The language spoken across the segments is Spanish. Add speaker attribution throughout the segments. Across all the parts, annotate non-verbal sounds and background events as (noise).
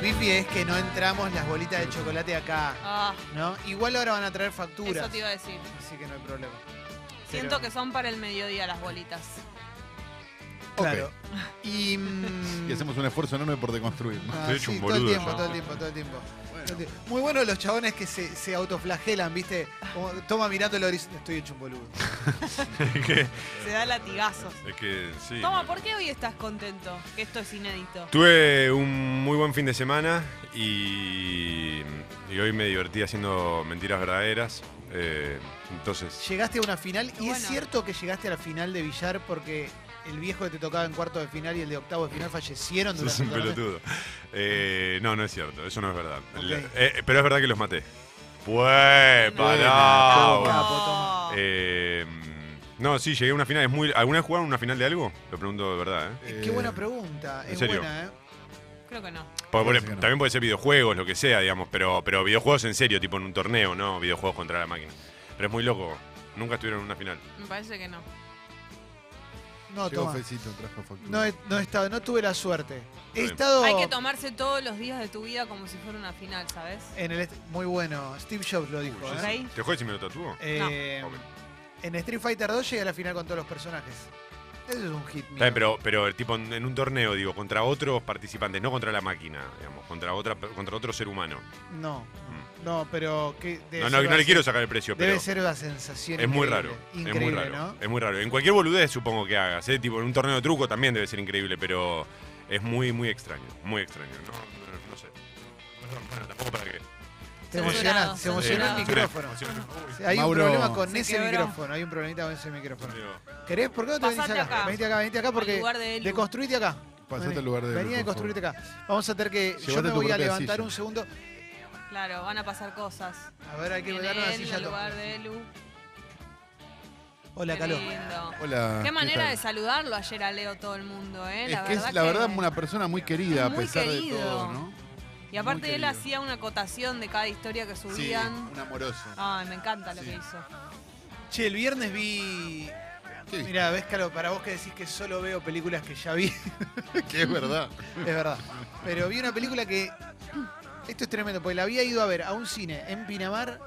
Speaker 1: Juanpi es que no entramos las bolitas de chocolate acá,
Speaker 2: Ah,
Speaker 1: ¿no? Igual ahora van a traer facturas.
Speaker 2: eso te iba a decir.
Speaker 1: Así que no hay problema.
Speaker 2: Siento
Speaker 1: Pero-
Speaker 2: que son para el mediodía las bolitas.
Speaker 1: Claro.
Speaker 3: (laughs)
Speaker 1: Y, mm,
Speaker 4: Y hacemos un esfuerzo enorme por deconstruir. ¿no?
Speaker 1: ah,
Speaker 3: Estoy hecho
Speaker 1: sí,
Speaker 3: un
Speaker 1: todo el
Speaker 3: boludo
Speaker 1: tiempo,
Speaker 3: yo.
Speaker 1: todo el tiempo, todo el tiempo. Todo el tiempo. Muy bueno los chabones que se, se autoflagelan, ¿viste? Como toma mirando el horizonte. Estoy hecho un boludo.
Speaker 3: (laughs) que,
Speaker 2: Se da latigazos.
Speaker 3: es que sí.
Speaker 2: Toma, ¿por qué hoy estás contento? Que esto es inédito.
Speaker 3: Tuve un muy buen fin de semana y, y hoy me divertí haciendo mentiras verdaderas. eh, entonces, (laughs)
Speaker 1: Llegaste a una final y es
Speaker 2: Bueno.
Speaker 1: cierto que llegaste a la final de billar porque el viejo que te tocaba en cuarto de final y el de octavo de final fallecieron durante
Speaker 3: sos un
Speaker 1: el torneo.
Speaker 3: pelotudo. Eh, no, no es cierto, eso no es verdad.
Speaker 1: Ok.
Speaker 3: Le- eh, pero es verdad que los maté. Pues,
Speaker 2: No.
Speaker 3: pará.
Speaker 4: Ah,
Speaker 1: Buena,
Speaker 3: bueno.
Speaker 1: capo, toma.
Speaker 3: Eh, no, sí, llegué a una final. Es muy, ¿Alguna vez jugaron una final de algo? Lo pregunto de verdad, ¿eh?
Speaker 1: Eh, Qué buena pregunta.
Speaker 3: en
Speaker 1: Es
Speaker 3: serio.
Speaker 1: buena, ¿eh?
Speaker 2: Creo que no.
Speaker 3: Porque,
Speaker 4: Parece
Speaker 3: por-
Speaker 4: que no.
Speaker 3: También puede ser videojuegos, lo que sea, digamos, pero, pero videojuegos en serio, tipo en un torneo, ¿no? Videojuegos contra la máquina. Pero es muy loco. Nunca estuvieron en una final.
Speaker 2: Me parece que no.
Speaker 1: No,
Speaker 4: Llegó
Speaker 1: toma.
Speaker 4: Fecito, trajo factura.
Speaker 1: No he, no he estado, no tuve la suerte. He
Speaker 3: Bien.
Speaker 1: estado
Speaker 2: Hay que tomarse todos los días de tu vida como si fuera una final, ¿sabes?
Speaker 1: en el est- muy bueno, Steve Jobs lo dijo.
Speaker 3: Uy, yo
Speaker 1: ¿eh?
Speaker 3: sé-
Speaker 2: Ahí.
Speaker 3: ¿Te jodes si me lo tatúo?
Speaker 1: Eh,
Speaker 3: Ok.
Speaker 1: En Street Fighter 2 llegué a la final con todos los personajes. Eso es un hit. mío.
Speaker 3: Está bien, pero, pero tipo en, en un torneo, digo, contra otros participantes, no contra la máquina, digamos, contra otra contra otro ser humano.
Speaker 1: No, no, pero que debe
Speaker 3: Mm. No, no,
Speaker 1: ser
Speaker 3: no
Speaker 1: una
Speaker 3: le quiero
Speaker 1: sen-
Speaker 3: sacar el precio,
Speaker 1: Debe
Speaker 3: pero
Speaker 1: ser una sensación.
Speaker 3: es muy raro.
Speaker 1: increíble.
Speaker 3: Es muy
Speaker 1: Increíble,
Speaker 3: raro.
Speaker 1: ¿no?
Speaker 3: Es muy raro. En cualquier boludez supongo que hagas, ¿eh? Tipo, en un torneo de truco también debe ser increíble, pero es muy, muy extraño. Muy extraño. No, no, no sé. Perdón, bueno, tampoco para que.
Speaker 1: Te
Speaker 2: Censurado,
Speaker 1: emociona, se emociona el
Speaker 2: censurado.
Speaker 1: micrófono.
Speaker 3: Uy,
Speaker 1: Hay
Speaker 4: Mauro-
Speaker 1: un problema con
Speaker 2: Se
Speaker 1: ese
Speaker 2: quebró.
Speaker 1: micrófono. Hay un problemita con ese micrófono.
Speaker 3: digo,
Speaker 1: ¿Querés? ¿Por qué no te venís
Speaker 2: Pasate
Speaker 1: acá?
Speaker 2: acá.
Speaker 1: Venite acá, venite acá porque.
Speaker 2: Al lugar de Elu.
Speaker 1: Deconstruite acá.
Speaker 4: Pasate
Speaker 1: Vení.
Speaker 4: al lugar de
Speaker 1: Vení
Speaker 4: Elu,
Speaker 1: a
Speaker 4: por favor.
Speaker 1: deconstruirte acá. Vamos a tener que. yo
Speaker 4: Llevate
Speaker 1: me
Speaker 4: tu
Speaker 1: voy a
Speaker 4: propia
Speaker 1: levantar
Speaker 4: silla.
Speaker 1: un segundo.
Speaker 2: Claro, van a pasar cosas.
Speaker 1: A ver, hay que
Speaker 2: Viene
Speaker 1: pegar una
Speaker 2: él,
Speaker 1: silla.
Speaker 2: al lugar de Elu.
Speaker 1: Hola,
Speaker 2: Qué
Speaker 1: Caló.
Speaker 2: lindo.
Speaker 4: Hola.
Speaker 2: Qué manera de
Speaker 4: tal?
Speaker 2: saludarlo ayer a Leo todo el mundo, ¿eh?
Speaker 4: Es que es la verdad una persona muy querida,
Speaker 2: Muy
Speaker 4: a pesar
Speaker 2: querido.
Speaker 4: de todo, ¿no?
Speaker 2: Y aparte
Speaker 4: muy
Speaker 2: él
Speaker 4: querido.
Speaker 2: hacía una acotación de cada historia que
Speaker 4: Sí,
Speaker 2: subían.
Speaker 4: un amoroso.
Speaker 2: Ay, me encanta lo
Speaker 4: Sí.
Speaker 2: que hizo.
Speaker 1: Che, el viernes vi.
Speaker 4: ¿Qué?
Speaker 1: Mira, ves, Caló, para vos que decís que solo veo películas que ya vi.
Speaker 4: (laughs)
Speaker 1: (laughs)
Speaker 4: que es verdad.
Speaker 1: es verdad. Pero vi una película que. Esto es tremendo, porque la había ido a ver a un cine en Pinamar.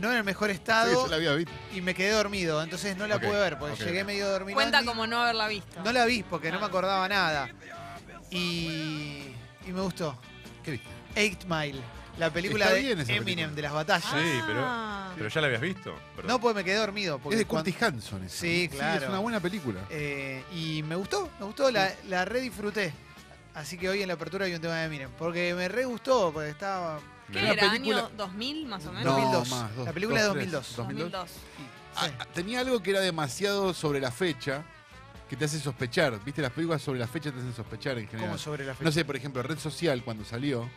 Speaker 1: No en el mejor
Speaker 4: Sí,
Speaker 1: estado
Speaker 4: yo la había visto.
Speaker 1: y me quedé dormido, entonces no la
Speaker 4: Ok,
Speaker 1: pude ver, porque
Speaker 4: ok.
Speaker 1: llegué medio dormido.
Speaker 2: Cuenta como no haberla visto.
Speaker 1: No la vi porque no me
Speaker 2: Ah.
Speaker 1: acordaba nada. Y, y me gustó.
Speaker 4: ¿Qué viste?
Speaker 1: Eight Mile, la película
Speaker 4: Está
Speaker 1: de
Speaker 4: bien esa
Speaker 1: Eminem
Speaker 4: película.
Speaker 1: de las batallas.
Speaker 3: Sí, pero-
Speaker 2: Ah.
Speaker 3: Pero ya la habías visto. Perdón.
Speaker 1: No, porque me quedé dormido. Porque
Speaker 4: es de
Speaker 1: cuan-
Speaker 4: Curtis Hanson. esa.
Speaker 1: Sí, claro.
Speaker 4: es una buena película.
Speaker 1: eh, y me gustó, me gustó, la, la redisfruté. Así que hoy en la apertura hay un tema de Eminem. Porque me re gustó, porque estaba.
Speaker 2: ¿Qué
Speaker 4: Una
Speaker 2: era?
Speaker 4: película-
Speaker 2: ¿Año 2000 más o menos?
Speaker 1: 2002.
Speaker 4: más, dos-
Speaker 1: La película
Speaker 4: dos,
Speaker 1: de
Speaker 4: tres.
Speaker 1: 2002.
Speaker 4: 2002.
Speaker 2: 2002.
Speaker 4: Ah, ah, tenía algo que era demasiado sobre la fecha que te hace sospechar. ¿Viste? Las películas sobre la fecha te hacen sospechar en general.
Speaker 1: Como sobre la fecha.
Speaker 4: No sé, por ejemplo, Red Social cuando salió.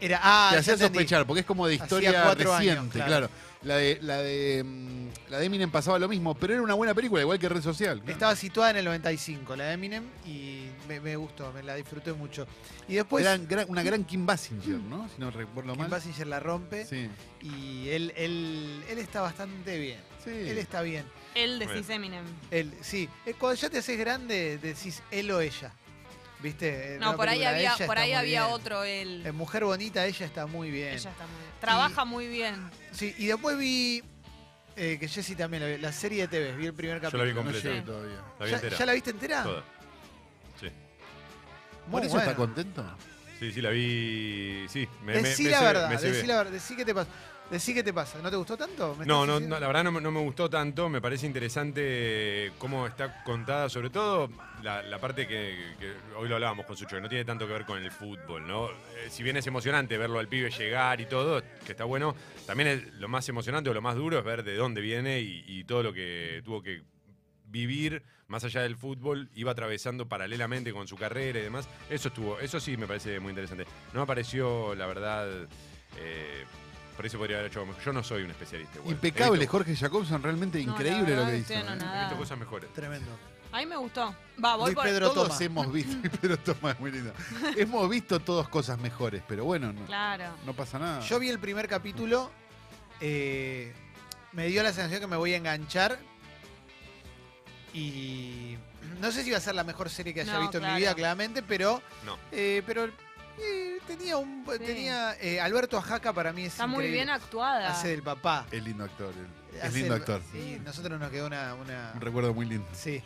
Speaker 1: Era. Ah,
Speaker 4: te
Speaker 1: ya
Speaker 4: hacía
Speaker 1: entendí.
Speaker 4: sospechar, porque es como de
Speaker 1: Hacía
Speaker 4: historia
Speaker 1: cuatro años,
Speaker 4: reciente,
Speaker 1: claro.
Speaker 4: claro. La de, la de mm, la de Eminem pasaba lo mismo, pero era una buena película, igual que Red Social.
Speaker 1: Estaba situada en el 95, la de Eminem, y me, me gustó, me la disfruté mucho. Y después.
Speaker 4: Eran gran- una gran Kim Basinger, ¿no? Si no recuerdo
Speaker 1: Kim
Speaker 4: mal.
Speaker 1: Basinger la rompe.
Speaker 4: Sí.
Speaker 1: Y él, él, él está bastante bien.
Speaker 4: Sí.
Speaker 1: Él está bien.
Speaker 2: Él de
Speaker 3: Bueno.
Speaker 2: Cis Eminem.
Speaker 1: Él, sí. Eh, Cuando ya te haces grande, decís él o ella. ¿Viste? Eh, En
Speaker 2: No,
Speaker 1: una
Speaker 2: por ahí
Speaker 1: película,
Speaker 2: había,
Speaker 1: ella
Speaker 2: por
Speaker 1: está
Speaker 2: ahí
Speaker 1: muy
Speaker 2: había
Speaker 1: bien.
Speaker 2: otro él.
Speaker 1: En Mujer Bonita, ella está muy bien.
Speaker 2: Ella está muy bien. Trabaja muy bien.
Speaker 1: Sí, y después vi eh, que Jessy también la, vi, la serie de TV. Vi el primer
Speaker 3: Yo
Speaker 1: capítulo.
Speaker 3: la vi
Speaker 4: No
Speaker 3: completa.
Speaker 4: llegué todavía.
Speaker 3: la vi
Speaker 1: ¿Ya,
Speaker 3: entera.
Speaker 1: ya la viste entera?
Speaker 3: Toda. Sí.
Speaker 1: Muy
Speaker 4: ¿Por eso
Speaker 1: bueno.
Speaker 4: está contento?
Speaker 3: sí, sí, la vi. Sí, me, me-
Speaker 1: Decí
Speaker 3: me
Speaker 1: la
Speaker 3: se-
Speaker 1: verdad,
Speaker 3: me se
Speaker 1: decí
Speaker 3: ve.
Speaker 1: la verdad. Decí qué te pasa. Decí qué te pasa. ¿No te gustó tanto? ¿Me
Speaker 3: No,
Speaker 1: estás
Speaker 3: no,
Speaker 1: diciendo?
Speaker 3: no, la verdad no, me- no me gustó tanto. Me parece interesante cómo está contada, sobre todo la, la parte que, que hoy lo hablábamos con Sucho, que no tiene tanto que ver con el fútbol, ¿no? Eh, si bien es emocionante verlo al pibe llegar y todo, que está bueno, también es lo más emocionante o lo más duro es ver de dónde viene y, y todo lo que tuvo que vivir más allá del fútbol, iba atravesando paralelamente con su carrera y demás. Eso estuvo, eso sí me parece muy interesante. No me pareció, la verdad. eh, por eso podría haber hecho. Yo no soy un especialista. igual. He
Speaker 4: Impecable,
Speaker 3: visto-
Speaker 4: Jorge Jacobson, realmente
Speaker 2: No, la
Speaker 4: increíble lo
Speaker 2: verdad
Speaker 4: que hizo.
Speaker 2: estoy
Speaker 4: ¿eh?
Speaker 3: He
Speaker 2: anonadada.
Speaker 3: visto cosas mejores.
Speaker 1: Tremendo.
Speaker 2: A mí me gustó. Va, voy
Speaker 1: Luis
Speaker 2: por
Speaker 1: Pedro
Speaker 4: todos
Speaker 1: Toma.
Speaker 4: hemos visto,
Speaker 2: (laughs)
Speaker 4: (laughs) pero toma, es muy lindo. hemos visto todas cosas mejores, pero bueno, no,
Speaker 2: Claro.
Speaker 4: no pasa nada.
Speaker 1: Yo vi el primer capítulo, eh, me dio la sensación que me voy a enganchar y no sé si va a ser la mejor serie que haya
Speaker 2: No,
Speaker 1: visto en
Speaker 2: claro.
Speaker 1: mi vida, claramente, pero,
Speaker 3: No.
Speaker 1: eh, pero Eh, tenía un.
Speaker 2: Sí.
Speaker 1: Tenía. eh, Alberto Ajaca para mí es.
Speaker 2: Está muy
Speaker 1: increíble.
Speaker 2: bien actuada.
Speaker 1: Hace del papá.
Speaker 4: Es lindo actor. él. Es
Speaker 1: Hace
Speaker 4: lindo
Speaker 1: el-
Speaker 4: actor.
Speaker 1: Sí, nosotros nos quedó una. una-
Speaker 4: Un recuerdo muy lindo.
Speaker 1: sí.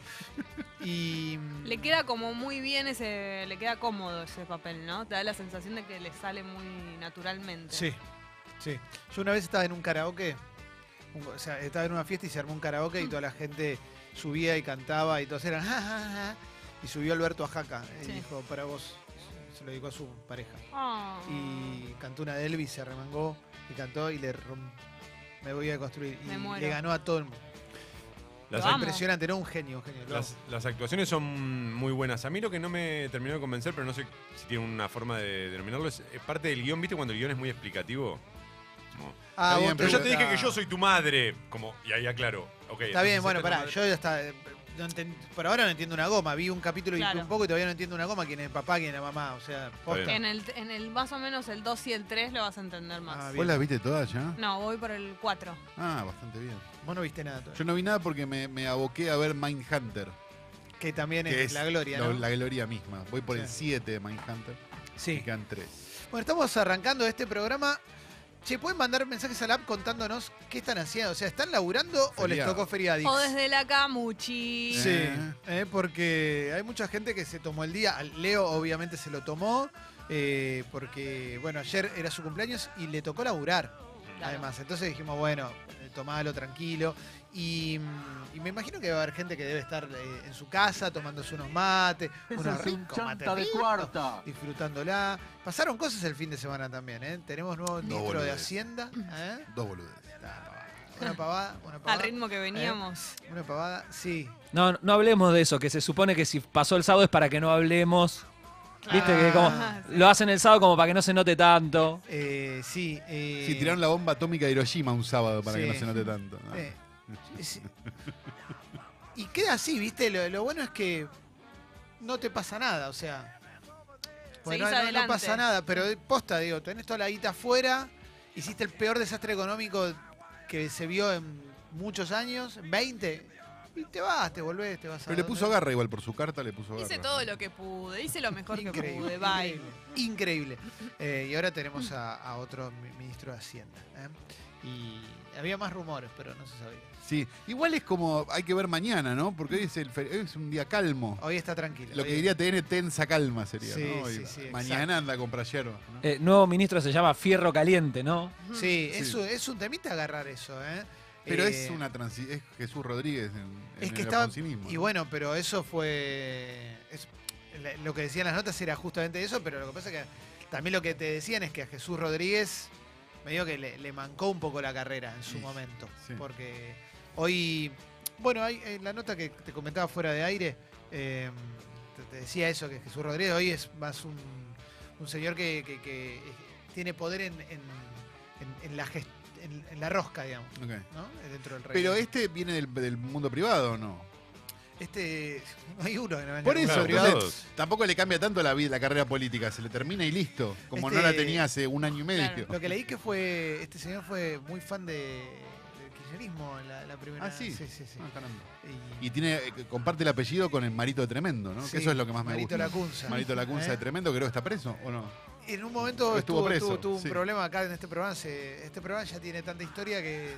Speaker 1: Y. mm,
Speaker 2: Le queda como muy bien ese, le queda cómodo ese papel, ¿no? Te da la sensación de que le sale muy naturalmente.
Speaker 1: Sí, sí. Yo una vez estaba en un karaoke, un- o sea, estaba en una fiesta y se armó un karaoke
Speaker 2: Mm.
Speaker 1: y toda la gente subía y cantaba y todos eran "Ja, ja, ja", y subió Alberto Ajaca y
Speaker 2: Sí.
Speaker 1: dijo, para vos, se lo dedicó a su pareja.
Speaker 2: Ah.
Speaker 1: Y cantó una de Elvis, se arremangó y cantó y le rom- me voy a construir.
Speaker 2: Me
Speaker 1: Y
Speaker 2: muero.
Speaker 1: le ganó a todo el mundo.
Speaker 3: Las,
Speaker 2: Lo amo.
Speaker 1: Impresionante, no un genio, un genio. lo
Speaker 3: las-
Speaker 1: amo.
Speaker 3: las actuaciones son muy buenas. A mí lo que no me terminó de convencer, pero no sé si tiene una forma de denominarlo, es es parte del guión. ¿Viste cuando el guión es muy explicativo? Como,
Speaker 1: Ah,
Speaker 4: Está bien,
Speaker 1: vos
Speaker 3: Pero ya te dije
Speaker 1: gusta.
Speaker 3: que yo soy tu madre. Como, y ahí aclaro. Okay,
Speaker 1: Está bien,
Speaker 3: entonces
Speaker 1: bueno,
Speaker 3: esta es
Speaker 1: pará,
Speaker 3: tu
Speaker 1: yo hasta. eh, no enten- por ahora no entiendo una goma. Vi un capítulo y vi
Speaker 2: Claro.
Speaker 1: un poco y todavía no entiendo una goma. Quién es el papá, quién es la mamá. O sea, posta.
Speaker 2: En
Speaker 3: bien.
Speaker 2: el, en el más o menos el 2 y el 3 lo vas a entender
Speaker 1: Ah,
Speaker 2: más.
Speaker 1: bien.
Speaker 4: ¿Vos las viste todas ya?
Speaker 2: no, voy por el 4.
Speaker 4: Ah, bastante bien.
Speaker 1: Vos no viste nada todavía.
Speaker 4: Yo no vi nada porque me, me aboqué a ver Mindhunter.
Speaker 1: Que también es,
Speaker 4: que es
Speaker 1: la gloria,
Speaker 4: lo-
Speaker 1: ¿no?
Speaker 4: La gloria misma. Voy por el
Speaker 1: Sí.
Speaker 4: 7 de Mindhunter. Me
Speaker 1: Sí.
Speaker 4: quedan 3.
Speaker 1: Bueno, estamos arrancando este programa. Che, ¿pueden mandar mensajes al app contándonos qué están haciendo? O sea, ¿están laburando o les
Speaker 4: Feriado.
Speaker 1: tocó feriadix?
Speaker 2: O desde la Camuchi.
Speaker 1: Sí,
Speaker 4: Eh.
Speaker 1: eh, porque hay mucha gente que se tomó el día. Al Leo obviamente se lo tomó, eh, porque, bueno, ayer era su cumpleaños y le tocó laburar,
Speaker 2: Claro.
Speaker 1: además. Entonces dijimos, bueno, eh, tomalo tranquilo. Y, mm, y me imagino que va a haber gente que debe estar eh, en su casa tomándose unos mates, unos ricos mates
Speaker 5: chanta de
Speaker 1: ricos,
Speaker 5: cuarta.
Speaker 1: disfrutándola. Pasaron cosas el fin de semana también, ¿eh? Tenemos nuevo ministro de
Speaker 4: boludeces.
Speaker 1: Hacienda, ¿eh?
Speaker 4: Dos boludeces.
Speaker 1: Una pavada, una
Speaker 2: Al
Speaker 1: pavada. ¿eh?
Speaker 2: ritmo que veníamos.
Speaker 1: Una pavada, sí.
Speaker 6: No, no hablemos de eso, que se supone que si pasó el sábado es para que no hablemos.
Speaker 1: ¿Eh?
Speaker 6: Viste que como
Speaker 2: Ah, sí.
Speaker 6: lo hacen el sábado como para que no se note tanto.
Speaker 1: Eh, sí, eh,
Speaker 4: Sí, tiraron la bomba atómica de Hiroshima un sábado para
Speaker 1: Sí.
Speaker 4: que no se note tanto. ¿no?
Speaker 1: Eh, es- y queda así, ¿viste? Lo, lo bueno es que no te pasa nada, o sea. Bueno,
Speaker 2: Seguís
Speaker 1: no, no
Speaker 2: adelante.
Speaker 1: pasa nada, pero de posta, digo, tenés toda la guita afuera, hiciste el peor desastre económico que se vio en muchos años, en 20, y te vas, te volvés, te vas a.
Speaker 4: Pero le puso
Speaker 1: donde-
Speaker 4: garra igual por su carta, le puso garra.
Speaker 2: Hice todo lo que pude, hice lo mejor que
Speaker 1: Increíble.
Speaker 2: pude. Bye.
Speaker 1: increíble, increíble. Eh, y ahora tenemos a, a otro mi- ministro de Hacienda. ¿eh? Y había más rumores, pero no se sabía.
Speaker 4: Sí, igual es como hay que ver mañana, ¿no? Porque hoy es, el fe- hoy es un día calmo.
Speaker 1: Hoy está tranquilo.
Speaker 4: Lo
Speaker 1: hoy-
Speaker 4: que diría TN, tensa calma sería,
Speaker 1: Oh, Sí,
Speaker 4: ¿no? Y
Speaker 1: sí, sí,
Speaker 4: mañana
Speaker 1: exacto.
Speaker 4: anda a comprar hierba. ¿no?
Speaker 6: Eh, nuevo ministro se llama Fierro Caliente, ¿no?
Speaker 1: Sí,
Speaker 4: Sí.
Speaker 1: Es, un, es un temita agarrar eso, ¿eh?
Speaker 4: Pero
Speaker 1: Eh,
Speaker 4: es una transi es Jesús Rodríguez en, en
Speaker 1: Es que
Speaker 4: el
Speaker 1: estaba.
Speaker 4: Alfonsinismo,
Speaker 1: Y
Speaker 4: ¿no?
Speaker 1: bueno, pero eso fue. es- la- lo que decían las notas era justamente eso, pero lo que pasa es que también lo que te decían es que a Jesús Rodríguez medio que le, le mancó un poco la carrera en su
Speaker 4: Sí,
Speaker 1: momento.
Speaker 4: sí.
Speaker 1: Porque hoy. Bueno, hay, eh, la nota que te comentaba fuera de aire eh, te, te decía eso, que Jesús Rodríguez hoy es más un, un señor que, que- que, eh, tiene poder en, en- en- en la gest- en- en la rosca, digamos.
Speaker 4: Ok.
Speaker 1: ¿no? Eh, Dentro del
Speaker 4: Pero
Speaker 1: reino.
Speaker 4: este viene del, del mundo privado, ¿o ¿no?
Speaker 1: Este. (laughs) No hay uno que no venga
Speaker 4: Por
Speaker 1: al
Speaker 4: eso,
Speaker 1: mundo
Speaker 3: Claro,
Speaker 1: privado.
Speaker 4: entonces,
Speaker 3: todos.
Speaker 4: tampoco le cambia tanto la vida, la carrera política, se le termina y listo. Como no la
Speaker 1: Este-
Speaker 4: tenía hace un año y medio.
Speaker 2: Claro.
Speaker 1: Lo que leí que fue. Este señor fue muy fan de, del kirchnerismo en la, la primera.
Speaker 4: Ah, sí.
Speaker 1: Sí, sí, sí.
Speaker 4: Ah, caramba.
Speaker 1: Y,
Speaker 4: Y tiene, eh, que comparte el apellido con el Marito de Tremendo, ¿no?
Speaker 1: sí,
Speaker 4: que eso es lo que más
Speaker 1: Marito
Speaker 4: me gusta.
Speaker 1: Lacunza.
Speaker 4: Marito Lacunza
Speaker 1: ¿Eh?
Speaker 4: de Tremendo, creo que está preso, ¿o no?
Speaker 1: En un momento
Speaker 4: Estuvo
Speaker 1: estuvo, estuvo-
Speaker 4: preso,
Speaker 1: tuvo un
Speaker 4: sí.
Speaker 1: problema acá en este programa. se- este programa ya tiene tanta historia que.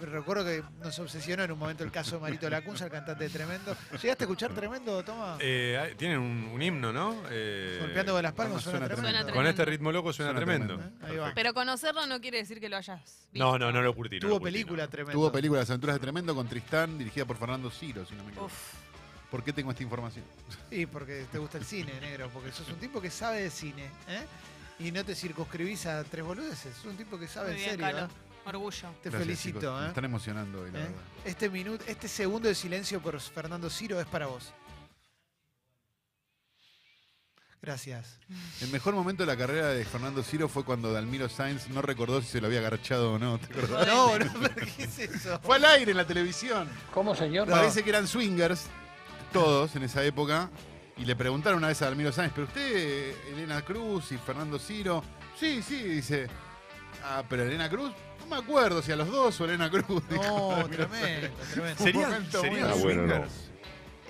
Speaker 1: Recuerdo que nos obsesionó en un momento el caso de Marito Lacunza, el cantante de Tremendo. ¿Llegaste a escuchar Tremendo, Toma?
Speaker 3: Eh, hay- tienen un, un himno, ¿no? Eh,
Speaker 1: Golpeando con las palmas,
Speaker 4: suena
Speaker 1: suena,
Speaker 4: tremendo.
Speaker 1: tremendo.
Speaker 3: con este ritmo loco suena,
Speaker 4: Suena
Speaker 3: tremendo.
Speaker 1: tremendo. Ahí va.
Speaker 3: Perfecto.
Speaker 2: Pero conocerlo no quiere decir que lo hayas visto.
Speaker 3: No, no, no lo curtí. no lo
Speaker 1: Tuvo
Speaker 3: curtí,
Speaker 1: película
Speaker 3: no.
Speaker 1: Tremendo.
Speaker 4: Tuvo película Las aventuras de Tremendo con Tristán, dirigida por Fernando Ciro, si no me equivoco.
Speaker 2: Uf.
Speaker 4: ¿Por qué tengo esta información?
Speaker 1: Y porque te gusta el cine, negro, porque sos un tipo que sabe de cine, ¿eh? Y no te circunscribís a tres boludeces, sos un tipo que sabe
Speaker 2: Muy
Speaker 1: en
Speaker 2: bien,
Speaker 1: serio,
Speaker 2: Calo.
Speaker 1: ¿eh?
Speaker 2: Orgullo.
Speaker 1: Te
Speaker 4: Gracias,
Speaker 1: felicito,
Speaker 4: chicos. Me
Speaker 1: ¿eh?
Speaker 4: están emocionando hoy, la
Speaker 1: ¿Eh?
Speaker 4: verdad.
Speaker 1: Este minuto, este segundo de silencio por Fernando Ciro es para vos. Gracias.
Speaker 4: El mejor momento de la carrera de Fernando Ciro fue cuando Dalmiro Sainz no recordó si se lo había agarchado o no. ¿te acordás?
Speaker 1: No, no, pero ¿qué es eso?
Speaker 4: Fue al aire en la televisión.
Speaker 5: ¿Cómo, señor?
Speaker 4: Parece que eran swingers, todos en esa época. Y le preguntaron una vez a Dalmiro Sáenz, ¿pero usted, Elena Cruz y Fernando Ciro? Sí, sí, dice. Ah, pero Elena Cruz, no me acuerdo si a los dos o Elena Cruz. dijo
Speaker 1: No,
Speaker 4: Dalmiro Sáenz.
Speaker 1: tremendo, tremendo.
Speaker 4: (laughs) Un
Speaker 3: Sería-
Speaker 4: momento
Speaker 3: sería
Speaker 1: Ah,
Speaker 4: muy
Speaker 3: bueno,
Speaker 4: swingers.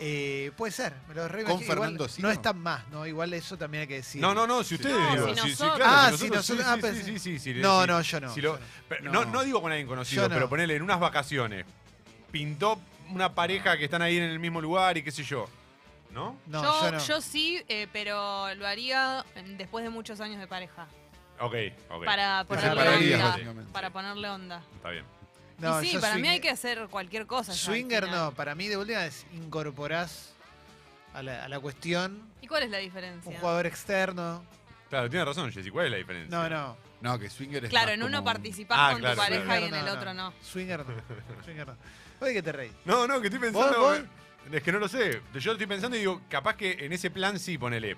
Speaker 1: Eh, puede ser, me lo reimagino.
Speaker 4: Con
Speaker 1: Igual
Speaker 4: Fernando
Speaker 1: No
Speaker 4: Sino.
Speaker 1: están más, ¿no? Igual eso también hay que decir.
Speaker 3: No, no, no, si ustedes.
Speaker 2: No,
Speaker 3: digo,
Speaker 2: si
Speaker 3: sí, sí,
Speaker 2: nosotros.
Speaker 3: claro,
Speaker 1: Ah,
Speaker 3: si
Speaker 1: si
Speaker 3: nosotros-
Speaker 1: nosotros- ah,
Speaker 3: sí, sí,
Speaker 1: pensé-
Speaker 3: sí, sí, sí,
Speaker 1: No,
Speaker 3: sí.
Speaker 1: no, yo no,
Speaker 3: Si lo-
Speaker 1: yo no.
Speaker 3: pero no.
Speaker 4: No.
Speaker 3: no digo con alguien conocido,
Speaker 1: Yo no.
Speaker 3: pero ponele en unas vacaciones. Pintó una pareja que están ahí en el mismo lugar y qué sé yo. ¿No?
Speaker 1: No,
Speaker 2: yo,
Speaker 1: yo no.
Speaker 2: yo sí, eh, pero lo haría eh, después de muchos años de pareja.
Speaker 3: Ok, ok.
Speaker 2: Para
Speaker 4: Te
Speaker 2: ponerle
Speaker 4: separarías,
Speaker 2: onda.
Speaker 4: básicamente.
Speaker 2: Para ponerle onda.
Speaker 3: Está bien.
Speaker 1: No,
Speaker 2: y sí,
Speaker 1: yo
Speaker 2: para mí
Speaker 1: swing-
Speaker 2: hay que hacer cualquier cosa. ya al
Speaker 1: Swinger
Speaker 2: final.
Speaker 1: no, para mí de última es incorporás a la, a la cuestión
Speaker 2: ¿Y cuál es la
Speaker 1: un
Speaker 2: diferencia?
Speaker 1: jugador externo.
Speaker 3: Claro, tiene razón, Jessy. ¿Cuál es la diferencia?
Speaker 1: No, no.
Speaker 4: No, que Swinger es
Speaker 2: Claro,
Speaker 4: más
Speaker 2: en
Speaker 4: como
Speaker 2: uno
Speaker 4: un-
Speaker 2: participás
Speaker 3: Ah,
Speaker 2: con
Speaker 3: claro,
Speaker 2: tu pareja
Speaker 1: Swinger
Speaker 2: y en el otro no.
Speaker 1: Swinger no.
Speaker 4: (laughs)
Speaker 1: Swinger no. Oye, que te reís.
Speaker 3: No, no, que estoy
Speaker 1: ¿Vos,
Speaker 3: pensando. eh,
Speaker 1: vos?
Speaker 3: Es que no lo sé. Yo estoy pensando y digo, capaz que en ese plan sí, ponele. eh,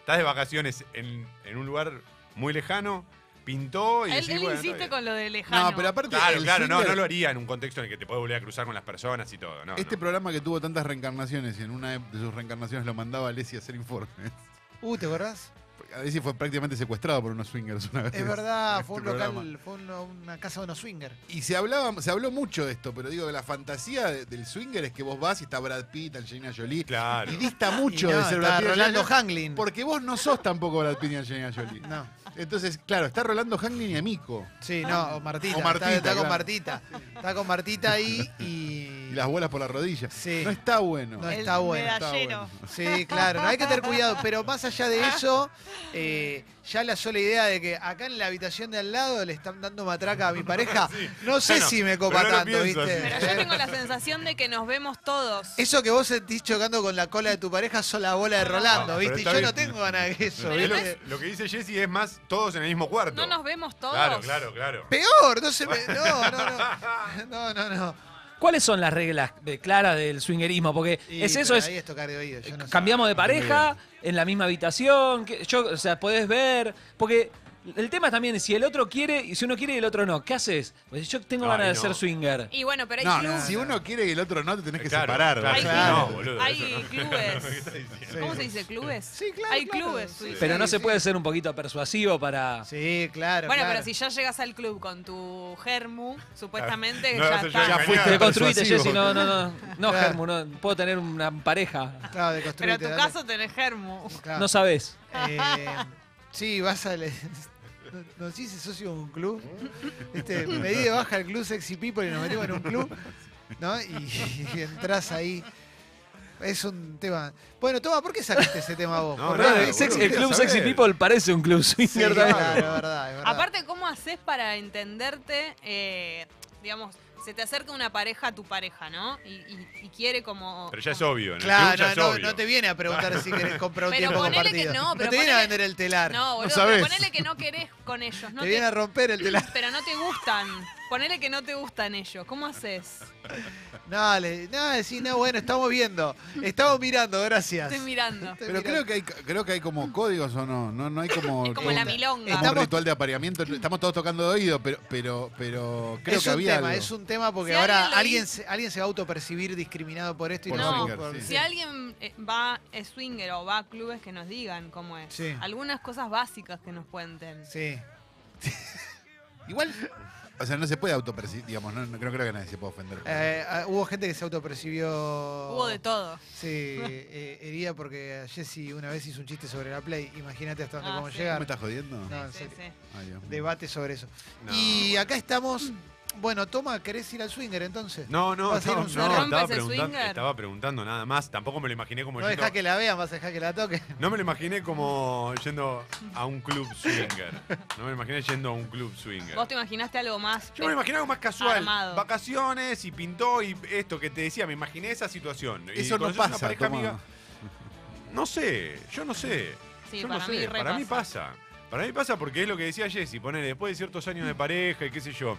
Speaker 3: Estás de vacaciones en, en un lugar muy lejano, pintó (laughs) y.
Speaker 2: Él,
Speaker 3: decís,
Speaker 2: él
Speaker 3: bueno, está
Speaker 2: insiste
Speaker 3: bien.
Speaker 2: con lo de lejano.
Speaker 4: No, pero aparte.
Speaker 3: Claro,
Speaker 4: el
Speaker 3: claro, no,
Speaker 4: swinger-
Speaker 3: no lo haría en un contexto en el que te puedes volver a cruzar con las personas y todo. No,
Speaker 4: Este
Speaker 3: no.
Speaker 4: programa que tuvo tantas reencarnaciones y en una de sus reencarnaciones lo mandaba a Alessi a hacer informes. (laughs)
Speaker 1: Uh, ¿te acordás?
Speaker 4: Alessi fue prácticamente secuestrado por unos swingers una vez.
Speaker 1: Es verdad, fue un
Speaker 4: Este
Speaker 1: local,
Speaker 4: programa.
Speaker 1: fue un- una casa de unos swingers.
Speaker 4: Y se hablaba, se habló mucho de esto, pero digo, la fantasía de- del swinger es que vos vas y está Brad Pitt, Angelina Jolie.
Speaker 3: Claro.
Speaker 4: Y dista mucho
Speaker 1: Y no,
Speaker 4: de ser
Speaker 1: está
Speaker 4: Brad Pitt. y
Speaker 1: Rolando
Speaker 4: Angelina-
Speaker 1: Hanglin.
Speaker 4: Porque vos no sos tampoco Brad Pitt y Angelina Jolie.
Speaker 1: No.
Speaker 4: Entonces, claro, está Rolando Hanglin y Amico.
Speaker 1: Sí, no, o Martita.
Speaker 4: O Martita,
Speaker 1: está, está con
Speaker 4: claro. (laughs)
Speaker 1: Martita. Está con Martita ahí y.
Speaker 4: Y las bolas por la rodilla.
Speaker 1: Sí.
Speaker 4: No está bueno.
Speaker 1: No
Speaker 2: El
Speaker 1: está bueno, está
Speaker 2: medallero.
Speaker 4: bueno.
Speaker 1: Sí, claro, no, hay que tener cuidado, pero más allá de eso, eh, ya la sola idea de que acá en la habitación de al lado le están dando matraca a mi
Speaker 3: (laughs)
Speaker 1: pareja, no sé
Speaker 3: Bueno,
Speaker 1: si me
Speaker 3: pero
Speaker 1: copa
Speaker 3: no lo
Speaker 1: tanto,
Speaker 3: pienso
Speaker 1: ¿viste? Eh,
Speaker 3: así.
Speaker 2: Pero yo tengo la sensación de que nos vemos todos.
Speaker 1: Eso que vos sentís chocando con la cola de tu pareja son la bola de Rolando,
Speaker 3: Pero
Speaker 1: ¿viste? Y
Speaker 3: está
Speaker 1: yo no
Speaker 3: bien.
Speaker 1: tengo ganas
Speaker 3: (laughs)
Speaker 1: de eso, ¿eh?
Speaker 3: Pero es lo,
Speaker 1: ¿viste?
Speaker 3: que- lo que dice Jessy es más todos en el mismo cuarto.
Speaker 2: No nos vemos todos.
Speaker 3: Claro, claro, claro.
Speaker 1: Peor, no se me. No, no,
Speaker 3: (laughs)
Speaker 1: no. No, no, no.
Speaker 6: ¿Cuáles son las reglas de- claras del swingerismo? Porque
Speaker 1: Y,
Speaker 6: es eso,
Speaker 1: pero
Speaker 6: es
Speaker 1: Ahí es tocar de oído, yo no sé.
Speaker 6: cambiamos de pareja, en la misma habitación, que- yo, o sea, podés ver, porque el tema es también si el otro quiere y si uno quiere y el otro no, ¿qué haces? Pues yo tengo
Speaker 3: Ay,
Speaker 6: ganas de
Speaker 3: no.
Speaker 6: ser swinger.
Speaker 2: Y bueno, pero hay
Speaker 4: No,
Speaker 2: clubes.
Speaker 4: si uno quiere y el otro no, te tenés que
Speaker 3: Claro,
Speaker 4: separar.
Speaker 3: claro,
Speaker 4: ¿verdad?
Speaker 1: claro.
Speaker 3: No, boludo.
Speaker 2: Hay
Speaker 3: eso no. (laughs)
Speaker 2: clubes.
Speaker 3: ¿Qué estás diciendo?
Speaker 2: ¿Cómo
Speaker 1: Sí.
Speaker 2: se dice? ¿Clubes?
Speaker 1: Sí, claro,
Speaker 2: Hay
Speaker 1: claro.
Speaker 2: clubes.
Speaker 1: Sí.
Speaker 2: suicidas.
Speaker 6: Pero no se
Speaker 1: sí.
Speaker 6: puede ser un poquito persuasivo para...
Speaker 1: Sí, claro.
Speaker 2: Bueno,
Speaker 1: claro.
Speaker 2: pero si ya llegas al club con tu germu, supuestamente
Speaker 3: No,
Speaker 2: ya
Speaker 3: eso ya
Speaker 2: está.
Speaker 3: engañado.
Speaker 4: Ya fuiste
Speaker 6: Te construiste,
Speaker 4: persuasivo.
Speaker 6: Jessy, no, no, no, no,
Speaker 1: Claro.
Speaker 6: Germu, no, puedo tener una pareja,
Speaker 1: Claro, de
Speaker 2: Pero
Speaker 1: construirte,
Speaker 2: en tu
Speaker 1: dale.
Speaker 2: caso tenés germu.
Speaker 1: Claro.
Speaker 6: no sabes.
Speaker 1: Eh, sí, vas a. le- (laughs) Nos hice socio de un club. Este, me di de baja el club Sexy People y nos metimos en un club. ¿No? Y, y (laughs) entras ahí. Es un tema. Bueno, toma, ¿por qué sacaste ese tema vos?
Speaker 3: No,
Speaker 1: Por
Speaker 3: nada,
Speaker 1: ahí.
Speaker 3: boludo,
Speaker 6: Sex- el
Speaker 3: quería
Speaker 6: club
Speaker 3: saber.
Speaker 6: Sexy People parece un club
Speaker 1: Sí,
Speaker 6: swinger
Speaker 1: claro,
Speaker 6: también.
Speaker 1: es verdad, es verdad.
Speaker 2: Aparte, ¿cómo haces para entenderte? eh, digamos, se te acerca una pareja a tu pareja, ¿no? Y, y- y quiere como.
Speaker 3: Pero ya es obvio. En el club ya
Speaker 1: Claro,
Speaker 3: es
Speaker 1: no, no,
Speaker 3: obvio.
Speaker 1: no te viene a preguntar si querés comprar un
Speaker 2: Pero
Speaker 1: tiempo
Speaker 2: ponele que
Speaker 1: compartido.
Speaker 2: no, pero
Speaker 1: te viene a
Speaker 2: ponele-
Speaker 1: vender el telar.
Speaker 2: No, boludo,
Speaker 4: sabés.
Speaker 2: pero ponele que no querés con ellos. No
Speaker 1: te
Speaker 2: te-
Speaker 1: viene a romper
Speaker 2: (laughs)
Speaker 1: el telar.
Speaker 2: pero no te gustan. Ponele que no te gustan ellos. ¿Cómo haces?
Speaker 1: No, le, no, decís, no, bueno, estamos viendo. Estamos mirando, gracias. Este
Speaker 2: Estoy mirando.
Speaker 1: Estoy
Speaker 4: Pero
Speaker 1: mirando.
Speaker 4: creo que hay creo que hay
Speaker 1: Mm.
Speaker 4: como códigos o no, no,
Speaker 1: (laughs)
Speaker 4: no hay como,
Speaker 2: Es como la
Speaker 4: un-
Speaker 2: milonga.
Speaker 4: como un
Speaker 1: Estamos-
Speaker 4: ritual de apareamiento, estamos todos tocando de oído, pero pero pero creo
Speaker 1: es
Speaker 4: que
Speaker 1: un
Speaker 4: había
Speaker 1: tema,
Speaker 4: algo.
Speaker 1: es un tema porque
Speaker 2: Si
Speaker 1: ahora
Speaker 2: alguien lo
Speaker 1: alguien,
Speaker 2: hizo-
Speaker 1: se, alguien se va a autopercibir discriminado por esto y
Speaker 4: Por
Speaker 1: no.
Speaker 4: swinger,
Speaker 1: por-
Speaker 4: sí.
Speaker 2: Si alguien eh, va a swinger o va a clubes que nos digan cómo es.
Speaker 1: Sí.
Speaker 2: Algunas cosas básicas que nos cuenten.
Speaker 1: Sí.
Speaker 4: Igual,
Speaker 1: (laughs)
Speaker 4: o sea, no se puede autopercibir, digamos, no, no creo, creo que nadie se pueda ofender.
Speaker 1: Eh, ah, hubo gente que se autopercibió. Hubo
Speaker 2: Hubo de todo.
Speaker 1: Sí, eh, herida porque a Jessy una vez hizo un chiste sobre la Play. Imagínate hasta dónde
Speaker 2: Ah,
Speaker 1: podemos
Speaker 2: sí.
Speaker 1: llegar.
Speaker 4: ¿Me estás jodiendo?
Speaker 1: No, en
Speaker 2: Sí,
Speaker 1: serio.
Speaker 2: sí.
Speaker 4: Ay, Dios mío.
Speaker 1: Debate sobre eso.
Speaker 3: No,
Speaker 1: y acá estamos. Bueno, toma, ¿querés ir al swinger entonces?
Speaker 3: No, no,
Speaker 1: ¿Vas a ir a un
Speaker 3: no, no,
Speaker 1: swinger?
Speaker 2: ¿Rompes
Speaker 3: estaba,
Speaker 2: el
Speaker 3: preguntando,
Speaker 2: swinger?
Speaker 3: estaba preguntando nada más. Tampoco me lo imaginé como
Speaker 1: No
Speaker 3: yendo-
Speaker 1: dejá que la vean, vas a dejar que la toque.
Speaker 3: No me lo imaginé como yendo a un club swinger. No me lo imaginé yendo a un club swinger.
Speaker 2: ¿Vos te imaginaste algo más? Eh,
Speaker 3: Yo me lo imaginé algo más casual.
Speaker 2: Armado.
Speaker 3: Vacaciones y pintó y esto que te decía. Me imaginé esa situación. Y
Speaker 4: Eso no
Speaker 3: conoces una
Speaker 4: pasa,
Speaker 3: pareja
Speaker 4: Tomás.
Speaker 3: amiga. No sé, yo no sé.
Speaker 2: Sí,
Speaker 3: yo
Speaker 2: para
Speaker 3: no
Speaker 2: mí
Speaker 3: sé.
Speaker 2: re
Speaker 3: Para mí
Speaker 2: pasa.
Speaker 3: pasa. Para mí pasa porque es lo que decía Jessy. Ponele, después de ciertos años de pareja y qué sé yo.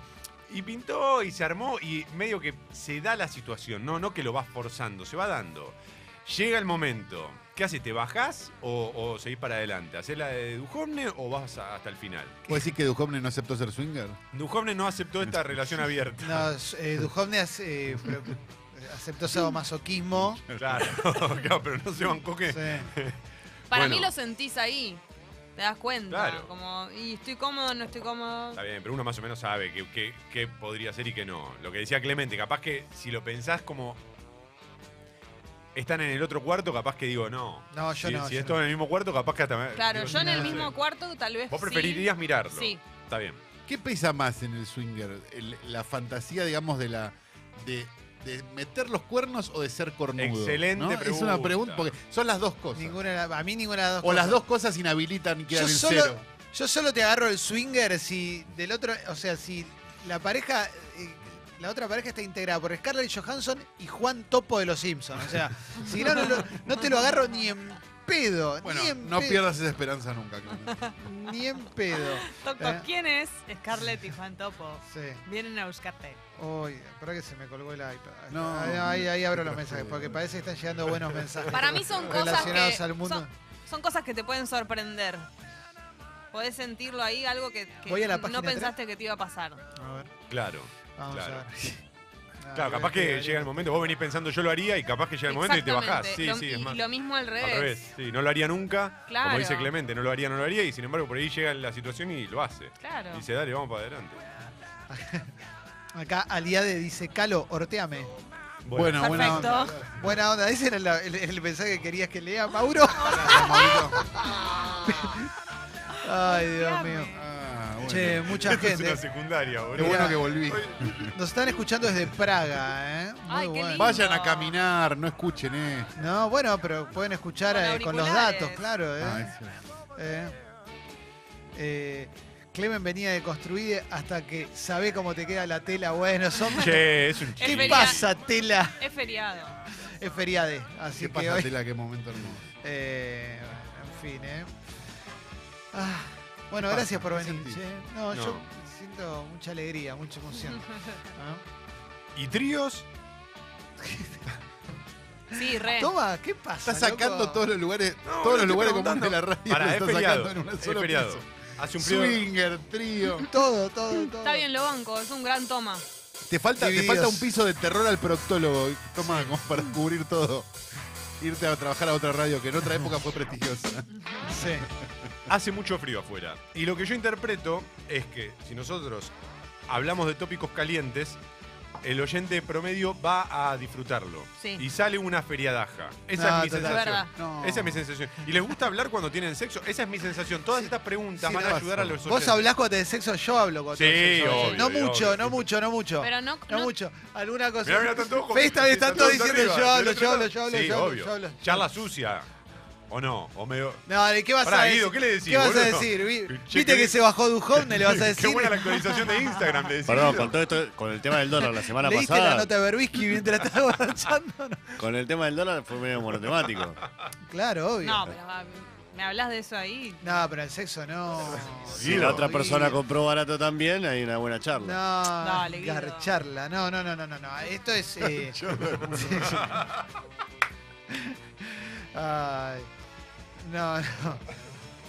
Speaker 3: Y pintó y se armó y medio que se da la situación. No, no que lo vas forzando, se va dando. Llega el momento. ¿Qué haces? ¿Te bajás o, o seguís para adelante? ¿Haces la de Duhovne o vas a- hasta el final?
Speaker 4: ¿Vos decís que Duhovne no aceptó ser swinger?
Speaker 3: Duhovne no
Speaker 1: (laughs)
Speaker 3: aceptó esta relación abierta.
Speaker 1: No, eh, Duhovne hace- eh, pro- (laughs) aceptó sadomasoquismo.
Speaker 3: (laughs) Claro, (laughs) claro, pero no se bancó que.
Speaker 1: Sí.
Speaker 2: Para
Speaker 3: Bueno.
Speaker 2: mí lo sentís ahí. Te das cuenta.
Speaker 3: Claro.
Speaker 2: Como, y estoy cómodo, no estoy cómodo.
Speaker 3: Está bien, pero uno más o menos sabe qué qué- qué podría ser y qué no. Lo que decía Clemente, capaz que si lo pensás como. están en el otro cuarto, capaz que digo, no.
Speaker 1: No, yo
Speaker 3: si,
Speaker 1: no,
Speaker 3: Si
Speaker 1: yo
Speaker 3: esto
Speaker 1: no.
Speaker 3: en el mismo cuarto, capaz que hasta me-
Speaker 2: Claro,
Speaker 3: digo,
Speaker 2: yo en el
Speaker 3: no
Speaker 2: mismo
Speaker 3: sé.
Speaker 2: cuarto tal vez.
Speaker 3: Vos
Speaker 2: sí.
Speaker 3: preferirías mirarlo.
Speaker 2: Sí.
Speaker 3: Está bien.
Speaker 4: ¿Qué pesa más en el swinger? El- la fantasía, digamos, de la. De, de meter los cuernos o de ser cornudo.
Speaker 3: Excelente
Speaker 4: ¿no? Es una
Speaker 3: pregunta.
Speaker 4: pregunta, porque son las dos cosas.
Speaker 1: Ninguna, de la- a mí ninguna de las
Speaker 4: o
Speaker 1: dos cosas.
Speaker 4: las dos cosas inhabilitan y quedan
Speaker 1: Yo
Speaker 4: en
Speaker 1: solo-
Speaker 4: cero.
Speaker 1: Yo solo te agarro el swinger si del otro, o sea, si la pareja, eh, la otra pareja está integrada por Scarlett Johansson y Juan Topo de los Simpsons. O
Speaker 4: (laughs)
Speaker 1: sea, si no, no, lo- no te lo agarro ni en pedo.
Speaker 4: Bueno,
Speaker 1: ni en
Speaker 4: no
Speaker 1: pedo,
Speaker 4: pierdas esa esperanza
Speaker 1: (laughs)
Speaker 4: nunca, Clemente.
Speaker 1: Ni en pedo.
Speaker 2: Toc,
Speaker 1: Eh.
Speaker 2: toc, ¿Quién es? Scarlett y Juan Topo.
Speaker 1: Sí.
Speaker 2: Vienen a buscarte.
Speaker 1: Uy, espera que se me colgó el iPad.
Speaker 4: No.
Speaker 1: Ahí, ahí- ahí abro los mensajes, porque parece que están llegando buenos mensajes.
Speaker 2: Para mí son cosas
Speaker 1: Relacionados
Speaker 2: que
Speaker 1: al mundo.
Speaker 2: son- Son cosas que te pueden sorprender. Podés sentirlo ahí, algo que, que
Speaker 1: Voy a la página
Speaker 2: no pensaste que te iba a pasar.
Speaker 1: A ver,
Speaker 3: Claro.
Speaker 1: vamos
Speaker 3: Claro.
Speaker 1: a ver. Ah,
Speaker 3: Claro, capaz que
Speaker 1: Clemente,
Speaker 3: llega el momento, vos venís pensando yo lo haría y capaz que llega el momento y te bajás.
Speaker 2: Exactamente.
Speaker 3: Sí,
Speaker 2: Lo-
Speaker 3: sí,
Speaker 2: y,
Speaker 3: es más.
Speaker 2: y lo mismo al revés.
Speaker 3: Al revés, sí, no lo haría nunca, como
Speaker 2: Claro.
Speaker 3: dice Clemente, no lo haría, no lo haría, y sin embargo por ahí llega la situación y lo hace.
Speaker 2: Claro.
Speaker 3: Dice, dale, vamos para adelante.
Speaker 1: Acá Aliade dice, Calo, orteame.
Speaker 4: Bueno, buena
Speaker 2: Perfecto.
Speaker 4: onda.
Speaker 1: Buena onda, ese era la- el, el mensaje que querías que lea, Mauro.
Speaker 4: Gracias, Maurito.
Speaker 1: Ay, Dios mío.
Speaker 4: Ah, bueno.
Speaker 1: Che,
Speaker 4: (laughs)
Speaker 1: mucha
Speaker 3: Esto (laughs) es una
Speaker 1: gente.
Speaker 3: secundaria,
Speaker 4: Qué
Speaker 3: boludo.
Speaker 4: bueno que volví.
Speaker 1: Nos están escuchando desde Praga, ¿eh? Muy
Speaker 2: Ay, qué
Speaker 1: bueno.
Speaker 2: lindo.
Speaker 4: Vayan a caminar, no escuchen, eh.
Speaker 1: No, bueno, pero pueden escuchar
Speaker 2: Con
Speaker 1: eh, con los
Speaker 2: auriculares.
Speaker 1: datos, claro. ¿eh?
Speaker 4: Ah, eso.
Speaker 1: Eh. Eh, Clemen venía de construir hasta que sabe cómo te queda la tela. Bueno, son.
Speaker 3: Che, es un
Speaker 1: ¿Qué
Speaker 2: Es
Speaker 3: chiste.
Speaker 2: feriado.
Speaker 1: pasa, tela?
Speaker 2: Es feriado.
Speaker 1: Es feriade. Así
Speaker 4: ¿Qué
Speaker 1: que
Speaker 4: pasa,
Speaker 1: hoy.
Speaker 4: Tela? Qué momento hermoso.
Speaker 1: eh, en fin, ¿eh? Ah, bueno,
Speaker 4: pasa?
Speaker 1: gracias por
Speaker 4: ¿Qué
Speaker 1: venir.
Speaker 4: sentís?
Speaker 1: che. No,
Speaker 3: Ah, No.
Speaker 1: yo siento mucha alegría, mucha
Speaker 2: (laughs)
Speaker 1: emoción. ¿Ah?
Speaker 3: ¿Y tríos?
Speaker 2: Sí, re.
Speaker 1: Toma, ¿qué pasa?
Speaker 4: Está sacando
Speaker 1: loco?
Speaker 4: todos los lugares,
Speaker 3: No,
Speaker 4: todos los
Speaker 3: lo estoy
Speaker 4: lugares comunes
Speaker 3: preguntando.
Speaker 4: de la radio. lo
Speaker 3: Para, es
Speaker 4: está
Speaker 3: feriado.
Speaker 4: sacando en una
Speaker 3: Es
Speaker 4: sola
Speaker 3: feriado.
Speaker 4: pieza.
Speaker 3: Hace un periodo.
Speaker 4: Swinger, trío.
Speaker 1: Todo, todo, todo.
Speaker 2: Está bien, lo banco. Es un gran toma.
Speaker 4: Te falta, te
Speaker 1: Divididos.
Speaker 4: falta un piso de terror al proctólogo. Toma, como para cubrir todo. Irte a trabajar a otra radio que en otra época fue prestigiosa.
Speaker 1: Sí.
Speaker 3: Hace mucho frío afuera. Y lo que yo interpreto es que si nosotros hablamos de tópicos calientes, el oyente promedio va a disfrutarlo.
Speaker 2: Sí.
Speaker 3: Y sale una feriadaja. Esa
Speaker 1: No,
Speaker 3: es
Speaker 1: total.
Speaker 3: mi
Speaker 2: Es
Speaker 3: sensación.
Speaker 2: verdad.
Speaker 4: No.
Speaker 3: Esa es mi sensación. ¿Y les gusta hablar cuando tienen sexo? Esa es mi sensación. Todas estas preguntas
Speaker 4: sí,
Speaker 3: van
Speaker 4: no,
Speaker 3: a ayudar a los
Speaker 1: Vos
Speaker 3: oyentes.
Speaker 1: hablás cuando tenés sexo, yo hablo cuando
Speaker 3: Sí,
Speaker 1: tenés sexo.
Speaker 3: obvio,
Speaker 1: no
Speaker 3: obvio,
Speaker 1: mucho,
Speaker 3: obvio.
Speaker 1: no mucho, no mucho.
Speaker 2: Pero no.
Speaker 1: No,
Speaker 2: no-
Speaker 1: mucho. Alguna cosa.
Speaker 3: Mirá, mirá, están todos como-
Speaker 1: Ves, está- están todos diciendo,
Speaker 3: arriba.
Speaker 1: yo hablo,
Speaker 3: Del
Speaker 1: yo
Speaker 3: otro
Speaker 1: hablo,
Speaker 3: lado.
Speaker 1: yo hablo,
Speaker 3: Sí,
Speaker 1: yo hablo,
Speaker 3: obvio.
Speaker 1: yo hablo.
Speaker 3: Charla sucia. ¿O no? ¿O medio...
Speaker 1: No, ¿de qué vas
Speaker 3: Pará,
Speaker 1: a decir?
Speaker 3: Guido, ¿qué le decís,
Speaker 1: vas a
Speaker 3: boludo?
Speaker 1: decir? Vi-
Speaker 3: Che,
Speaker 1: ¿Viste
Speaker 3: qué-
Speaker 1: que se bajó Duhovne? ¿Le vas a decir?
Speaker 3: (laughs) Qué buena la actualización de Instagram. le decís.
Speaker 5: Perdón, con todo esto, con el tema del dólar la semana
Speaker 1: ¿Leíste la
Speaker 5: pasada,
Speaker 1: nota de Berbisky mientras (laughs) estaba marchando? No.
Speaker 5: con el tema del dólar fue medio monotemático.
Speaker 1: Claro, obvio.
Speaker 2: No,
Speaker 1: No.
Speaker 2: pero ah, me hablas de eso ahí.
Speaker 1: pero el sexo
Speaker 5: (laughs)
Speaker 1: no.
Speaker 5: Si la otra persona compró barato también, hay una buena
Speaker 1: No,
Speaker 5: charla.
Speaker 2: Dale, Guido.
Speaker 1: garcharla. No, no, no, no, no, no. Esto
Speaker 5: (laughs)
Speaker 1: es. eh, (laughs) Ay. No, no.